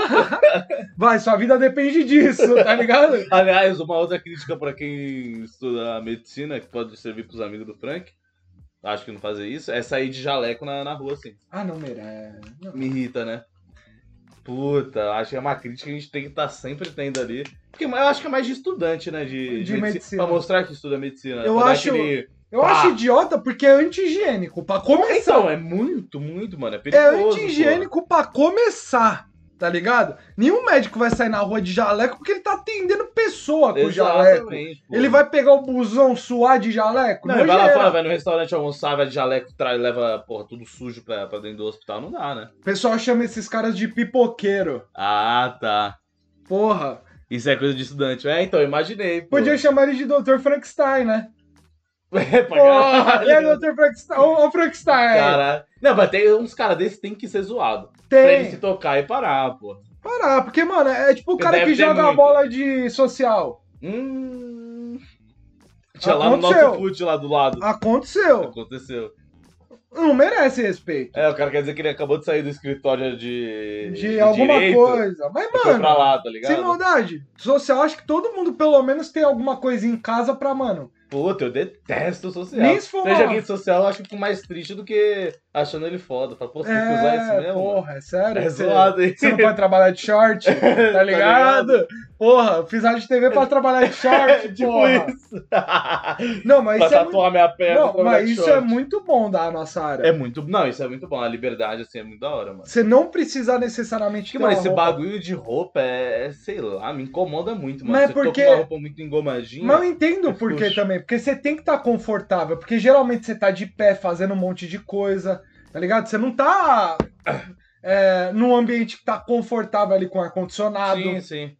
Speaker 1: Vai, sua vida depende disso, tá ligado?
Speaker 2: Aliás, uma outra crítica pra quem estuda medicina, que pode servir pros amigos do Frank, acho que não fazer isso, é sair de jaleco na, na rua, assim.
Speaker 1: Ah, não, merece.
Speaker 2: Me irrita, né? Puta, acho que é uma crítica que a gente tem que estar sempre tendo ali. Porque eu acho que é mais de estudante, né? De,
Speaker 1: De medicina.
Speaker 2: Pra mostrar que estuda medicina.
Speaker 1: Eu
Speaker 2: pra dar
Speaker 1: acho-
Speaker 2: aquele-
Speaker 1: Eu
Speaker 2: Ah.
Speaker 1: acho idiota porque é anti-higiênico. Pra começar.
Speaker 2: Então, é muito, muito, mano. É
Speaker 1: É
Speaker 2: perigoso.
Speaker 1: anti-higiênico pra começar, tá ligado? Nenhum médico vai sair na rua de jaleco porque ele tá atendendo pessoa
Speaker 2: pô.
Speaker 1: com jaleco.
Speaker 2: Exatamente, pô.
Speaker 1: Ele vai pegar o busão suar de jaleco?
Speaker 2: Não, ele vai lá
Speaker 1: Nojeira.
Speaker 2: fora, vai no restaurante almoçar, vai de jaleco, traz, leva, porra, tudo sujo pra, pra dentro do hospital. Não dá, né?
Speaker 1: O pessoal chama esses caras de pipoqueiro.
Speaker 2: Ah, tá.
Speaker 1: Porra.
Speaker 2: Isso é coisa de estudante. É, então, imaginei. Pô.
Speaker 1: Podia chamar ele de Dr. Frankenstein, né?
Speaker 2: É, [LAUGHS] pra
Speaker 1: Porra, ele é
Speaker 2: caralho.
Speaker 1: Dr. Frankenstein. Ô, ô, Frankenstein.
Speaker 2: Caralho. Não, mas tem uns caras desses tem que ser zoado. Pra ele se
Speaker 1: tem.
Speaker 2: tocar e parar, pô.
Speaker 1: Parar, porque, mano, é tipo o
Speaker 2: Você
Speaker 1: cara que
Speaker 2: deve ter
Speaker 1: joga a
Speaker 2: muito.
Speaker 1: bola de social.
Speaker 2: Hum. Tinha lá
Speaker 1: Aconteceu.
Speaker 2: no nosso foot lá do lado.
Speaker 1: Aconteceu.
Speaker 2: Aconteceu.
Speaker 1: Não merece respeito.
Speaker 2: É, o cara quer dizer que ele acabou de sair do escritório É, de.
Speaker 1: de alguma
Speaker 2: direito
Speaker 1: coisa. Mas,
Speaker 2: e Foi pra
Speaker 1: mano,
Speaker 2: lá, tá ligado?
Speaker 1: sem maldade. Social, acho que todo mundo, pelo menos, tem alguma coisa em casa pra, mano.
Speaker 2: Puta, eu detesto o social.
Speaker 1: Nem se for
Speaker 2: Seja
Speaker 1: uma-
Speaker 2: alguém de social, eu acho que fico mais triste do que achando ele foda. Fala, pô, você tem que usar isso
Speaker 1: É,
Speaker 2: mesmo.
Speaker 1: porra, é sério.
Speaker 2: É
Speaker 1: você,
Speaker 2: zoado, hein?
Speaker 1: você
Speaker 2: [LAUGHS]
Speaker 1: não pode trabalhar de short, tá ligado? Porra, eu fiz rádio de TV pra trabalhar de
Speaker 2: [LAUGHS]
Speaker 1: short,
Speaker 2: É Tipo
Speaker 1: porra.
Speaker 2: isso.
Speaker 1: Não, mas
Speaker 2: pra
Speaker 1: isso é muito...
Speaker 2: tatuar minha perna.
Speaker 1: Não,
Speaker 2: com
Speaker 1: mas
Speaker 2: Black
Speaker 1: isso
Speaker 2: Short.
Speaker 1: é muito bom da nossa área.
Speaker 2: É muito. Não, isso é muito bom. A liberdade, assim, é muito da hora, mano.
Speaker 1: Você não precisa necessariamente
Speaker 2: Acho que,
Speaker 1: ter
Speaker 2: mano, é
Speaker 1: uma
Speaker 2: esse
Speaker 1: roupa.
Speaker 2: bagulho de Então, roupa é, é, sei lá, me incomoda muito, mano.
Speaker 1: Mas
Speaker 2: Você
Speaker 1: porque-
Speaker 2: tô com uma roupa muito engomadinha.
Speaker 1: Mas eu entendo o
Speaker 2: Eu
Speaker 1: porquê
Speaker 2: puxo.
Speaker 1: também, porque você tem que estar confortável, porque geralmente você tá de pé fazendo um monte de coisa, tá ligado? Você não tá [COUGHS] é, num ambiente que tá confortável ali com ar-condicionado.
Speaker 2: Sim, sim.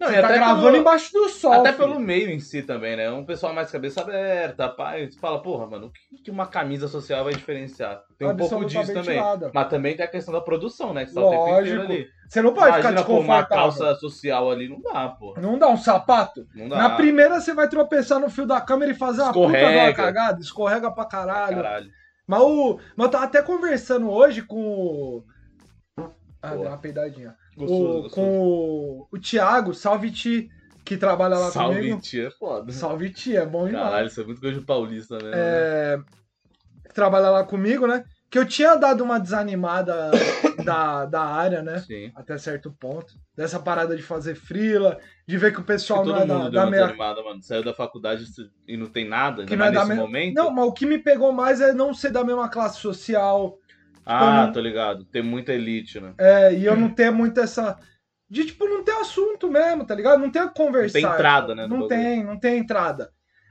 Speaker 2: Não,
Speaker 1: Você tá gravando
Speaker 2: pelo,
Speaker 1: embaixo do sol.
Speaker 2: Até
Speaker 1: filho.
Speaker 2: pelo meio em si também, né? Um pessoal mais cabeça aberta, pai, você fala, porra, mano, o que, que uma camisa social vai diferenciar? Tem um pouco
Speaker 1: Absolutamente
Speaker 2: disso também.
Speaker 1: nada.
Speaker 2: Mas também tem a questão da produção, né? Que você tá o tempo inteiro
Speaker 1: Lógico.
Speaker 2: ali.
Speaker 1: Você não pode
Speaker 2: Imagina,
Speaker 1: ficar
Speaker 2: pô, uma
Speaker 1: desconfortável.
Speaker 2: calça social ali, não dá, porra.
Speaker 1: Não dá um sapato.
Speaker 2: Não dá.
Speaker 1: Na primeira você vai tropeçar no fio da câmera e fazer uma puta de uma
Speaker 2: Escorrega.
Speaker 1: cagada, escorrega pra caralho.
Speaker 2: Caralho.
Speaker 1: Mas, o, mas eu tava até conversando hoje com o. Ah,
Speaker 2: Boa.
Speaker 1: deu uma peidadinha.
Speaker 2: Gostoso,
Speaker 1: o-
Speaker 2: gostoso.
Speaker 1: com o, o Thiago, salve Ti, que trabalha lá
Speaker 2: Salve,
Speaker 1: comigo.
Speaker 2: tia, foda.
Speaker 1: Salve Ti, é bom demais.
Speaker 2: Caralho, isso é muito coisa de paulista, né?
Speaker 1: É, que trabalha lá comigo, né? que eu tinha dado uma desanimada [COUGHS] da, da área, né?
Speaker 2: Sim.
Speaker 1: Até certo ponto. Dessa parada de fazer frila, de ver que o pessoal
Speaker 2: todo
Speaker 1: não é
Speaker 2: mundo
Speaker 1: da,
Speaker 2: deu
Speaker 1: da
Speaker 2: uma
Speaker 1: minha.
Speaker 2: desanimada, mano. Saiu da faculdade e não tem nada,
Speaker 1: Que
Speaker 2: ainda
Speaker 1: não é
Speaker 2: mais
Speaker 1: da
Speaker 2: nesse
Speaker 1: minha-
Speaker 2: momento.
Speaker 1: Não, mas o que me pegou mais é não ser da mesma classe social.
Speaker 2: ah,
Speaker 1: não-
Speaker 2: tô ligado. Tem muita elite, né?
Speaker 1: é, e eu não ter muito essa. De, tipo, não ter assunto mesmo, tá ligado? Não ter o que
Speaker 2: Não
Speaker 1: conversar.
Speaker 2: tem entrada, né? no
Speaker 1: Não
Speaker 2: bagulho.
Speaker 1: tem, não tem entrada.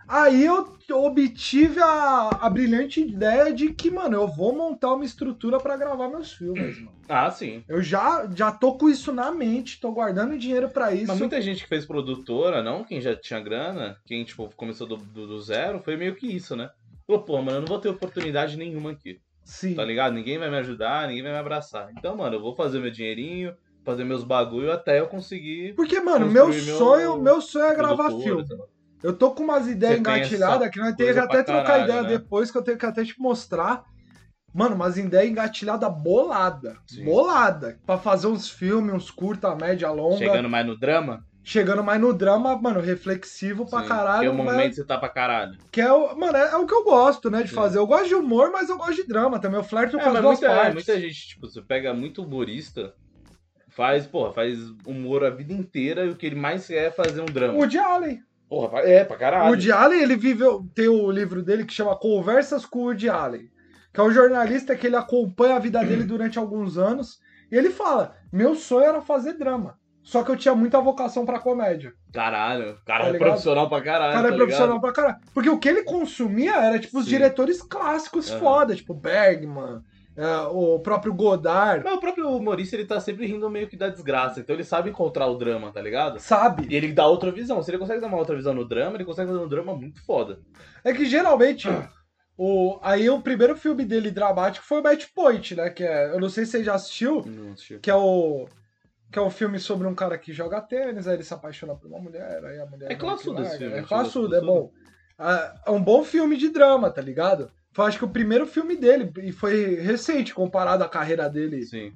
Speaker 1: Aí eu obtive a, a brilhante ideia de que, mano, eu vou montar uma estrutura pra gravar meus filmes, mano.
Speaker 2: Ah, sim.
Speaker 1: Eu já, já tô com isso na mente, tô guardando dinheiro pra isso.
Speaker 2: Mas muita gente que fez produtora, não, quem já tinha grana, quem, tipo, começou do, do- do zero, foi meio que isso, né? Falou, pô, mano, eu não vou ter oportunidade nenhuma aqui,
Speaker 1: Sim.
Speaker 2: tá ligado? Ninguém vai me ajudar, ninguém vai me abraçar. Então, mano, eu vou fazer meu dinheirinho, fazer meus bagulho até eu conseguir...
Speaker 1: Porque, mano, meu
Speaker 2: Construir meu-
Speaker 1: sonho, meu sonho é gravar
Speaker 2: produtora, tá
Speaker 1: filme.
Speaker 2: sei lá.
Speaker 1: Eu tô com umas ideias
Speaker 2: Você tem
Speaker 1: engatilhadas que nós temos que
Speaker 2: coisa
Speaker 1: até
Speaker 2: pra
Speaker 1: trocar
Speaker 2: caralho,
Speaker 1: ideia
Speaker 2: né?
Speaker 1: depois, que eu tenho que até te mostrar. Mano, umas ideias engatilhadas bolada.
Speaker 2: Sim.
Speaker 1: Bolada. Pra fazer uns filmes, uns curta, média, longa. Chegando,
Speaker 2: Chegando mais no drama,
Speaker 1: mais no drama, mano, reflexivo pra
Speaker 2: sim,
Speaker 1: caralho.
Speaker 2: Porque o
Speaker 1: mas-
Speaker 2: momento você tá pra caralho.
Speaker 1: que é o, mano, é, é o que eu gosto, né, de
Speaker 2: Sim.
Speaker 1: fazer. Eu gosto de humor, mas eu gosto de drama também. Eu flerto
Speaker 2: É,
Speaker 1: com as
Speaker 2: mas
Speaker 1: duas
Speaker 2: muita,
Speaker 1: Então partes.
Speaker 2: muita gente, tipo, você pega muito humorista, faz, porra, faz humor a vida inteira e o que ele mais quer é fazer um drama.
Speaker 1: O de Allen.
Speaker 2: Porra, vai- é, pra
Speaker 1: O
Speaker 2: caralho.
Speaker 1: Woody Allen, ele viveu. Tem o livro dele que chama Conversas com o Woody Allen, que é um jornalista que ele acompanha a vida dele durante alguns anos. E ele fala: Meu sonho era fazer drama. Só que eu tinha muita vocação pra comédia.
Speaker 2: Caralho, o cara
Speaker 1: Tá
Speaker 2: é
Speaker 1: ligado?
Speaker 2: profissional pra
Speaker 1: O
Speaker 2: caralho.
Speaker 1: cara é
Speaker 2: tá
Speaker 1: profissional pra caralho. Porque o que ele consumia era, tipo, os
Speaker 2: Sim.
Speaker 1: diretores clássicos
Speaker 2: Aham.
Speaker 1: foda, tipo Bergman, é, o próprio Godard,
Speaker 2: ligado? Mas o próprio humorista, ele tá sempre rindo meio que da desgraça, então ele sabe encontrar o drama, tá ligado?
Speaker 1: sabe?
Speaker 2: E ele dá outra visão. Se ele consegue dar uma outra visão no drama, ele consegue fazer um drama muito foda.
Speaker 1: É que geralmente. O, aí o primeiro filme dele dramático foi o Match Point, né? Que é, eu não sei se você já assistiu,
Speaker 2: Não, tipo,
Speaker 1: que é o que é um filme sobre um cara que joga tênis, aí ele se apaixona por uma mulher, aí a mulher
Speaker 2: É classudo esse filme,
Speaker 1: É
Speaker 2: chega
Speaker 1: classudo,
Speaker 2: a
Speaker 1: é
Speaker 2: ser
Speaker 1: bom. Ah, É um bom filme de drama, tá ligado? Foi acho que o primeiro filme dele e foi recente comparado à carreira dele.
Speaker 2: Sim.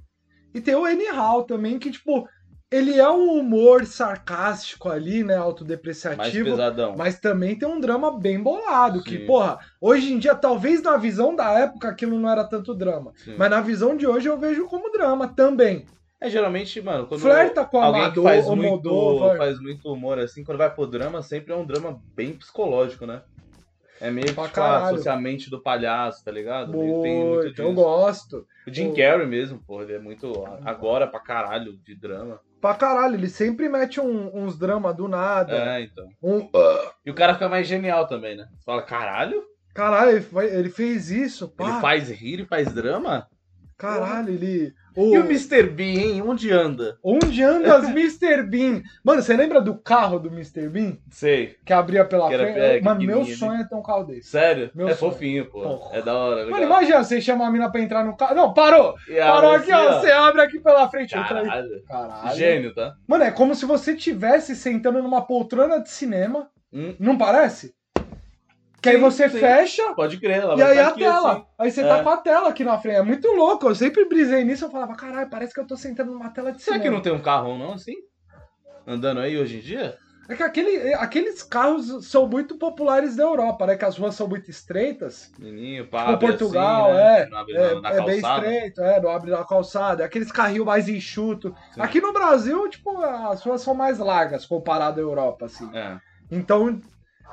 Speaker 1: E tem o Annie Hall também que tipo, ele é um humor sarcástico ali, né,
Speaker 2: Mais
Speaker 1: autodepreciativo.
Speaker 2: pesadão.
Speaker 1: Mas também tem um drama bem bolado, que,
Speaker 2: Sim.
Speaker 1: porra, hoje em dia, talvez na visão da época aquilo não era tanto drama.
Speaker 2: Sim.
Speaker 1: Mas na visão de hoje eu vejo como drama também.
Speaker 2: É, geralmente, mano, quando
Speaker 1: Flerta com a
Speaker 2: alguém que
Speaker 1: Amador,
Speaker 2: faz muito,
Speaker 1: Almodóvar.
Speaker 2: faz muito humor assim, quando vai pro drama, sempre é um drama bem psicológico, né? É meio que
Speaker 1: Pra
Speaker 2: tipo, ah,
Speaker 1: caralho.
Speaker 2: associa a mente do palhaço, tá ligado? Meio- tem muito
Speaker 1: Muito, então eu
Speaker 2: disso.
Speaker 1: gosto.
Speaker 2: O Jim
Speaker 1: O-
Speaker 2: Carrey mesmo, pô, ele é muito agora pra caralho de drama.
Speaker 1: Pra caralho, ele sempre mete um- uns drama do nada.
Speaker 2: É, então.
Speaker 1: Um,
Speaker 2: E o cara fica mais genial também, né? Você fala, caralho?
Speaker 1: caralho, ele, fa- ele fez isso, pá.
Speaker 2: Ele faz rir e faz drama?
Speaker 1: Caralho, ele.
Speaker 2: E o
Speaker 1: O,
Speaker 2: Mr. Bean, hein? Onde anda?
Speaker 1: onde anda as Mr. Bean? Mano, você lembra do carro do Mr. Bean?
Speaker 2: Sei.
Speaker 1: Que abria pela
Speaker 2: Que era
Speaker 1: frente?
Speaker 2: pe-
Speaker 1: Mano, meu
Speaker 2: pequenininho, né?
Speaker 1: sonho é ter um carro desse.
Speaker 2: Sério?
Speaker 1: Meu
Speaker 2: é
Speaker 1: sonho.
Speaker 2: fofinho, pô.
Speaker 1: Porra.
Speaker 2: É da hora,
Speaker 1: Mano,
Speaker 2: legal.
Speaker 1: imagina você chama a mina pra entrar no carro. Não, parou!
Speaker 2: E a
Speaker 1: Parou aqui, ó.
Speaker 2: mocinha,
Speaker 1: Você abre aqui pela frente. entra aí.
Speaker 2: assim, Caralho.
Speaker 1: Caralho.
Speaker 2: Gênio, tá?
Speaker 1: Mano, é como se você tivesse sentando numa poltrona de cinema.
Speaker 2: Hum.
Speaker 1: Não parece? Que aí
Speaker 2: Sim,
Speaker 1: você
Speaker 2: sim.
Speaker 1: fecha
Speaker 2: Pode crer, ela
Speaker 1: E
Speaker 2: vai
Speaker 1: aí
Speaker 2: tá
Speaker 1: a
Speaker 2: aqui,
Speaker 1: tela.
Speaker 2: assim.
Speaker 1: Aí você
Speaker 2: É.
Speaker 1: tá com a tela aqui na frente. É muito louco. Eu sempre brisei nisso. Eu falava, caralho, parece que eu tô sentando numa tela de
Speaker 2: Será
Speaker 1: cinema.
Speaker 2: que não tem um carrão não, assim? Andando aí hoje em dia?
Speaker 1: É que aquele- aqueles carros são muito populares na Europa, né? Que as ruas são muito estreitas.
Speaker 2: Menino, pá,
Speaker 1: Tipo,
Speaker 2: abre
Speaker 1: Portugal,
Speaker 2: assim, né?
Speaker 1: é,
Speaker 2: Não abre
Speaker 1: É,
Speaker 2: na, na
Speaker 1: é bem
Speaker 2: calçada.
Speaker 1: estreito, é, não abre na calçada. Aqueles carrinhos mais enxuto.
Speaker 2: Sim.
Speaker 1: Aqui no Brasil, tipo, as ruas são mais largas comparado à Europa, assim.
Speaker 2: É.
Speaker 1: Então,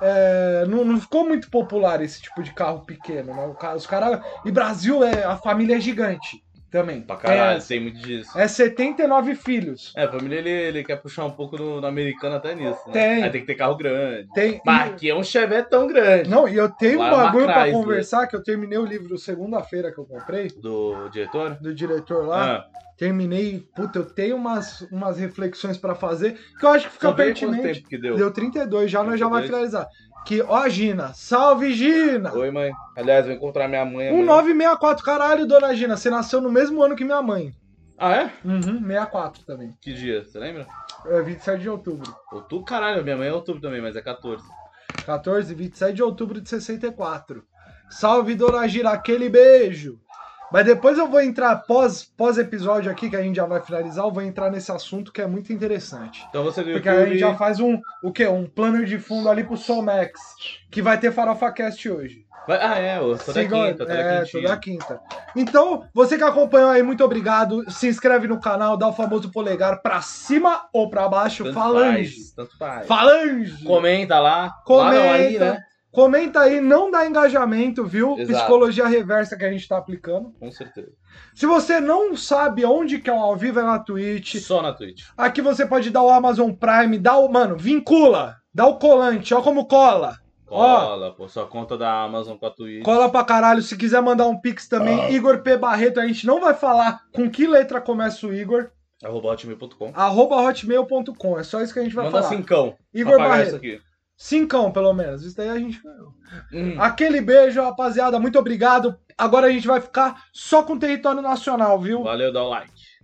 Speaker 1: é, não, não ficou muito popular esse tipo de carro pequeno, né? O ca- Os caras. E Brasil, é, a família é gigante também.
Speaker 2: Pra caralho, sei muito disso.
Speaker 1: É, é 79 filhos.
Speaker 2: É, a família, ele, ele quer puxar um pouco do, do americano até nisso, né?
Speaker 1: Tem.
Speaker 2: Aí tem que ter carro grande.
Speaker 1: Tem.
Speaker 2: Mas aqui é um chevetão grande.
Speaker 1: Não, e eu tenho um
Speaker 2: Lá é uma
Speaker 1: bagulho pra
Speaker 2: Chrysler.
Speaker 1: conversar que eu terminei o livro segunda-feira que eu comprei,
Speaker 2: Do diretor?
Speaker 1: do diretor lá.
Speaker 2: Ah,
Speaker 1: Terminei. Puta, eu tenho umas, umas reflexões pra fazer que eu acho que fica
Speaker 2: só vê quanto
Speaker 1: pertinente.
Speaker 2: tempo que deu.
Speaker 1: Deu 32, já nós já vai
Speaker 2: 32.
Speaker 1: finalizar. Que, ó, Gina. Salve, Gina!
Speaker 2: Oi, mãe. Aliás, vou encontrar minha mãe
Speaker 1: Um
Speaker 2: amanhã.
Speaker 1: 1964, caralho, dona Gina. Você nasceu no mesmo ano que minha mãe.
Speaker 2: Ah, é?
Speaker 1: Uhum, 64 também.
Speaker 2: Que dia? Você lembra?
Speaker 1: É 27 de outubro.
Speaker 2: Outubro, caralho. Minha mãe é outubro também, mas é 14.
Speaker 1: 14, 27 de outubro de 64. Salve, dona Gina, aquele beijo. Mas depois eu vou entrar, pós, pós episódio aqui, que a gente já vai finalizar, eu vou entrar nesse assunto que é muito interessante.
Speaker 2: Então você do
Speaker 1: Porque aí a gente
Speaker 2: YouTube.
Speaker 1: já faz um, o quê? Um plano de fundo ali pro Somax, que vai ter Farofa Cast hoje.
Speaker 2: Vai- Ah, é, ô, toda
Speaker 1: Sigam-
Speaker 2: quinta, toda
Speaker 1: é,
Speaker 2: quintinha.
Speaker 1: toda quinta. Então, você que acompanhou aí, muito obrigado. Se inscreve no canal, dá o famoso polegar pra cima ou pra baixo.
Speaker 2: Tanto
Speaker 1: falange.
Speaker 2: faz, tanto faz.
Speaker 1: Falange!
Speaker 2: Comenta lá.
Speaker 1: Comenta.
Speaker 2: Lá não, aí, né?
Speaker 1: Comenta aí, não dá engajamento, viu?
Speaker 2: Exato.
Speaker 1: Psicologia reversa que a gente tá aplicando.
Speaker 2: Com certeza.
Speaker 1: Se você não sabe onde que é o ao vivo, é na Twitch.
Speaker 2: Só na Twitch.
Speaker 1: Aqui você pode dar o Amazon Prime, dá o. Mano, vincula! Dá o colante, ó como cola. Ó.
Speaker 2: Cola, pô, sua conta da Amazon com a Twitch.
Speaker 1: Cola pra caralho. Se quiser mandar um pix também,
Speaker 2: Ah.
Speaker 1: Igor P. Barreto, a gente não vai falar com que letra começa o Igor.
Speaker 2: Arroba hotmail.com.
Speaker 1: Arroba hotmail.com. É só isso que a gente vai
Speaker 2: Manda
Speaker 1: falar.
Speaker 2: cincão.
Speaker 1: Igor
Speaker 2: pra pagar
Speaker 1: Barreto.
Speaker 2: isso aqui.
Speaker 1: Cincão, pelo menos. Isso daí a gente.
Speaker 2: Hum.
Speaker 1: Aquele beijo, rapaziada. Muito obrigado. Agora a gente vai ficar só com o território nacional, viu?
Speaker 2: Valeu, dá o like.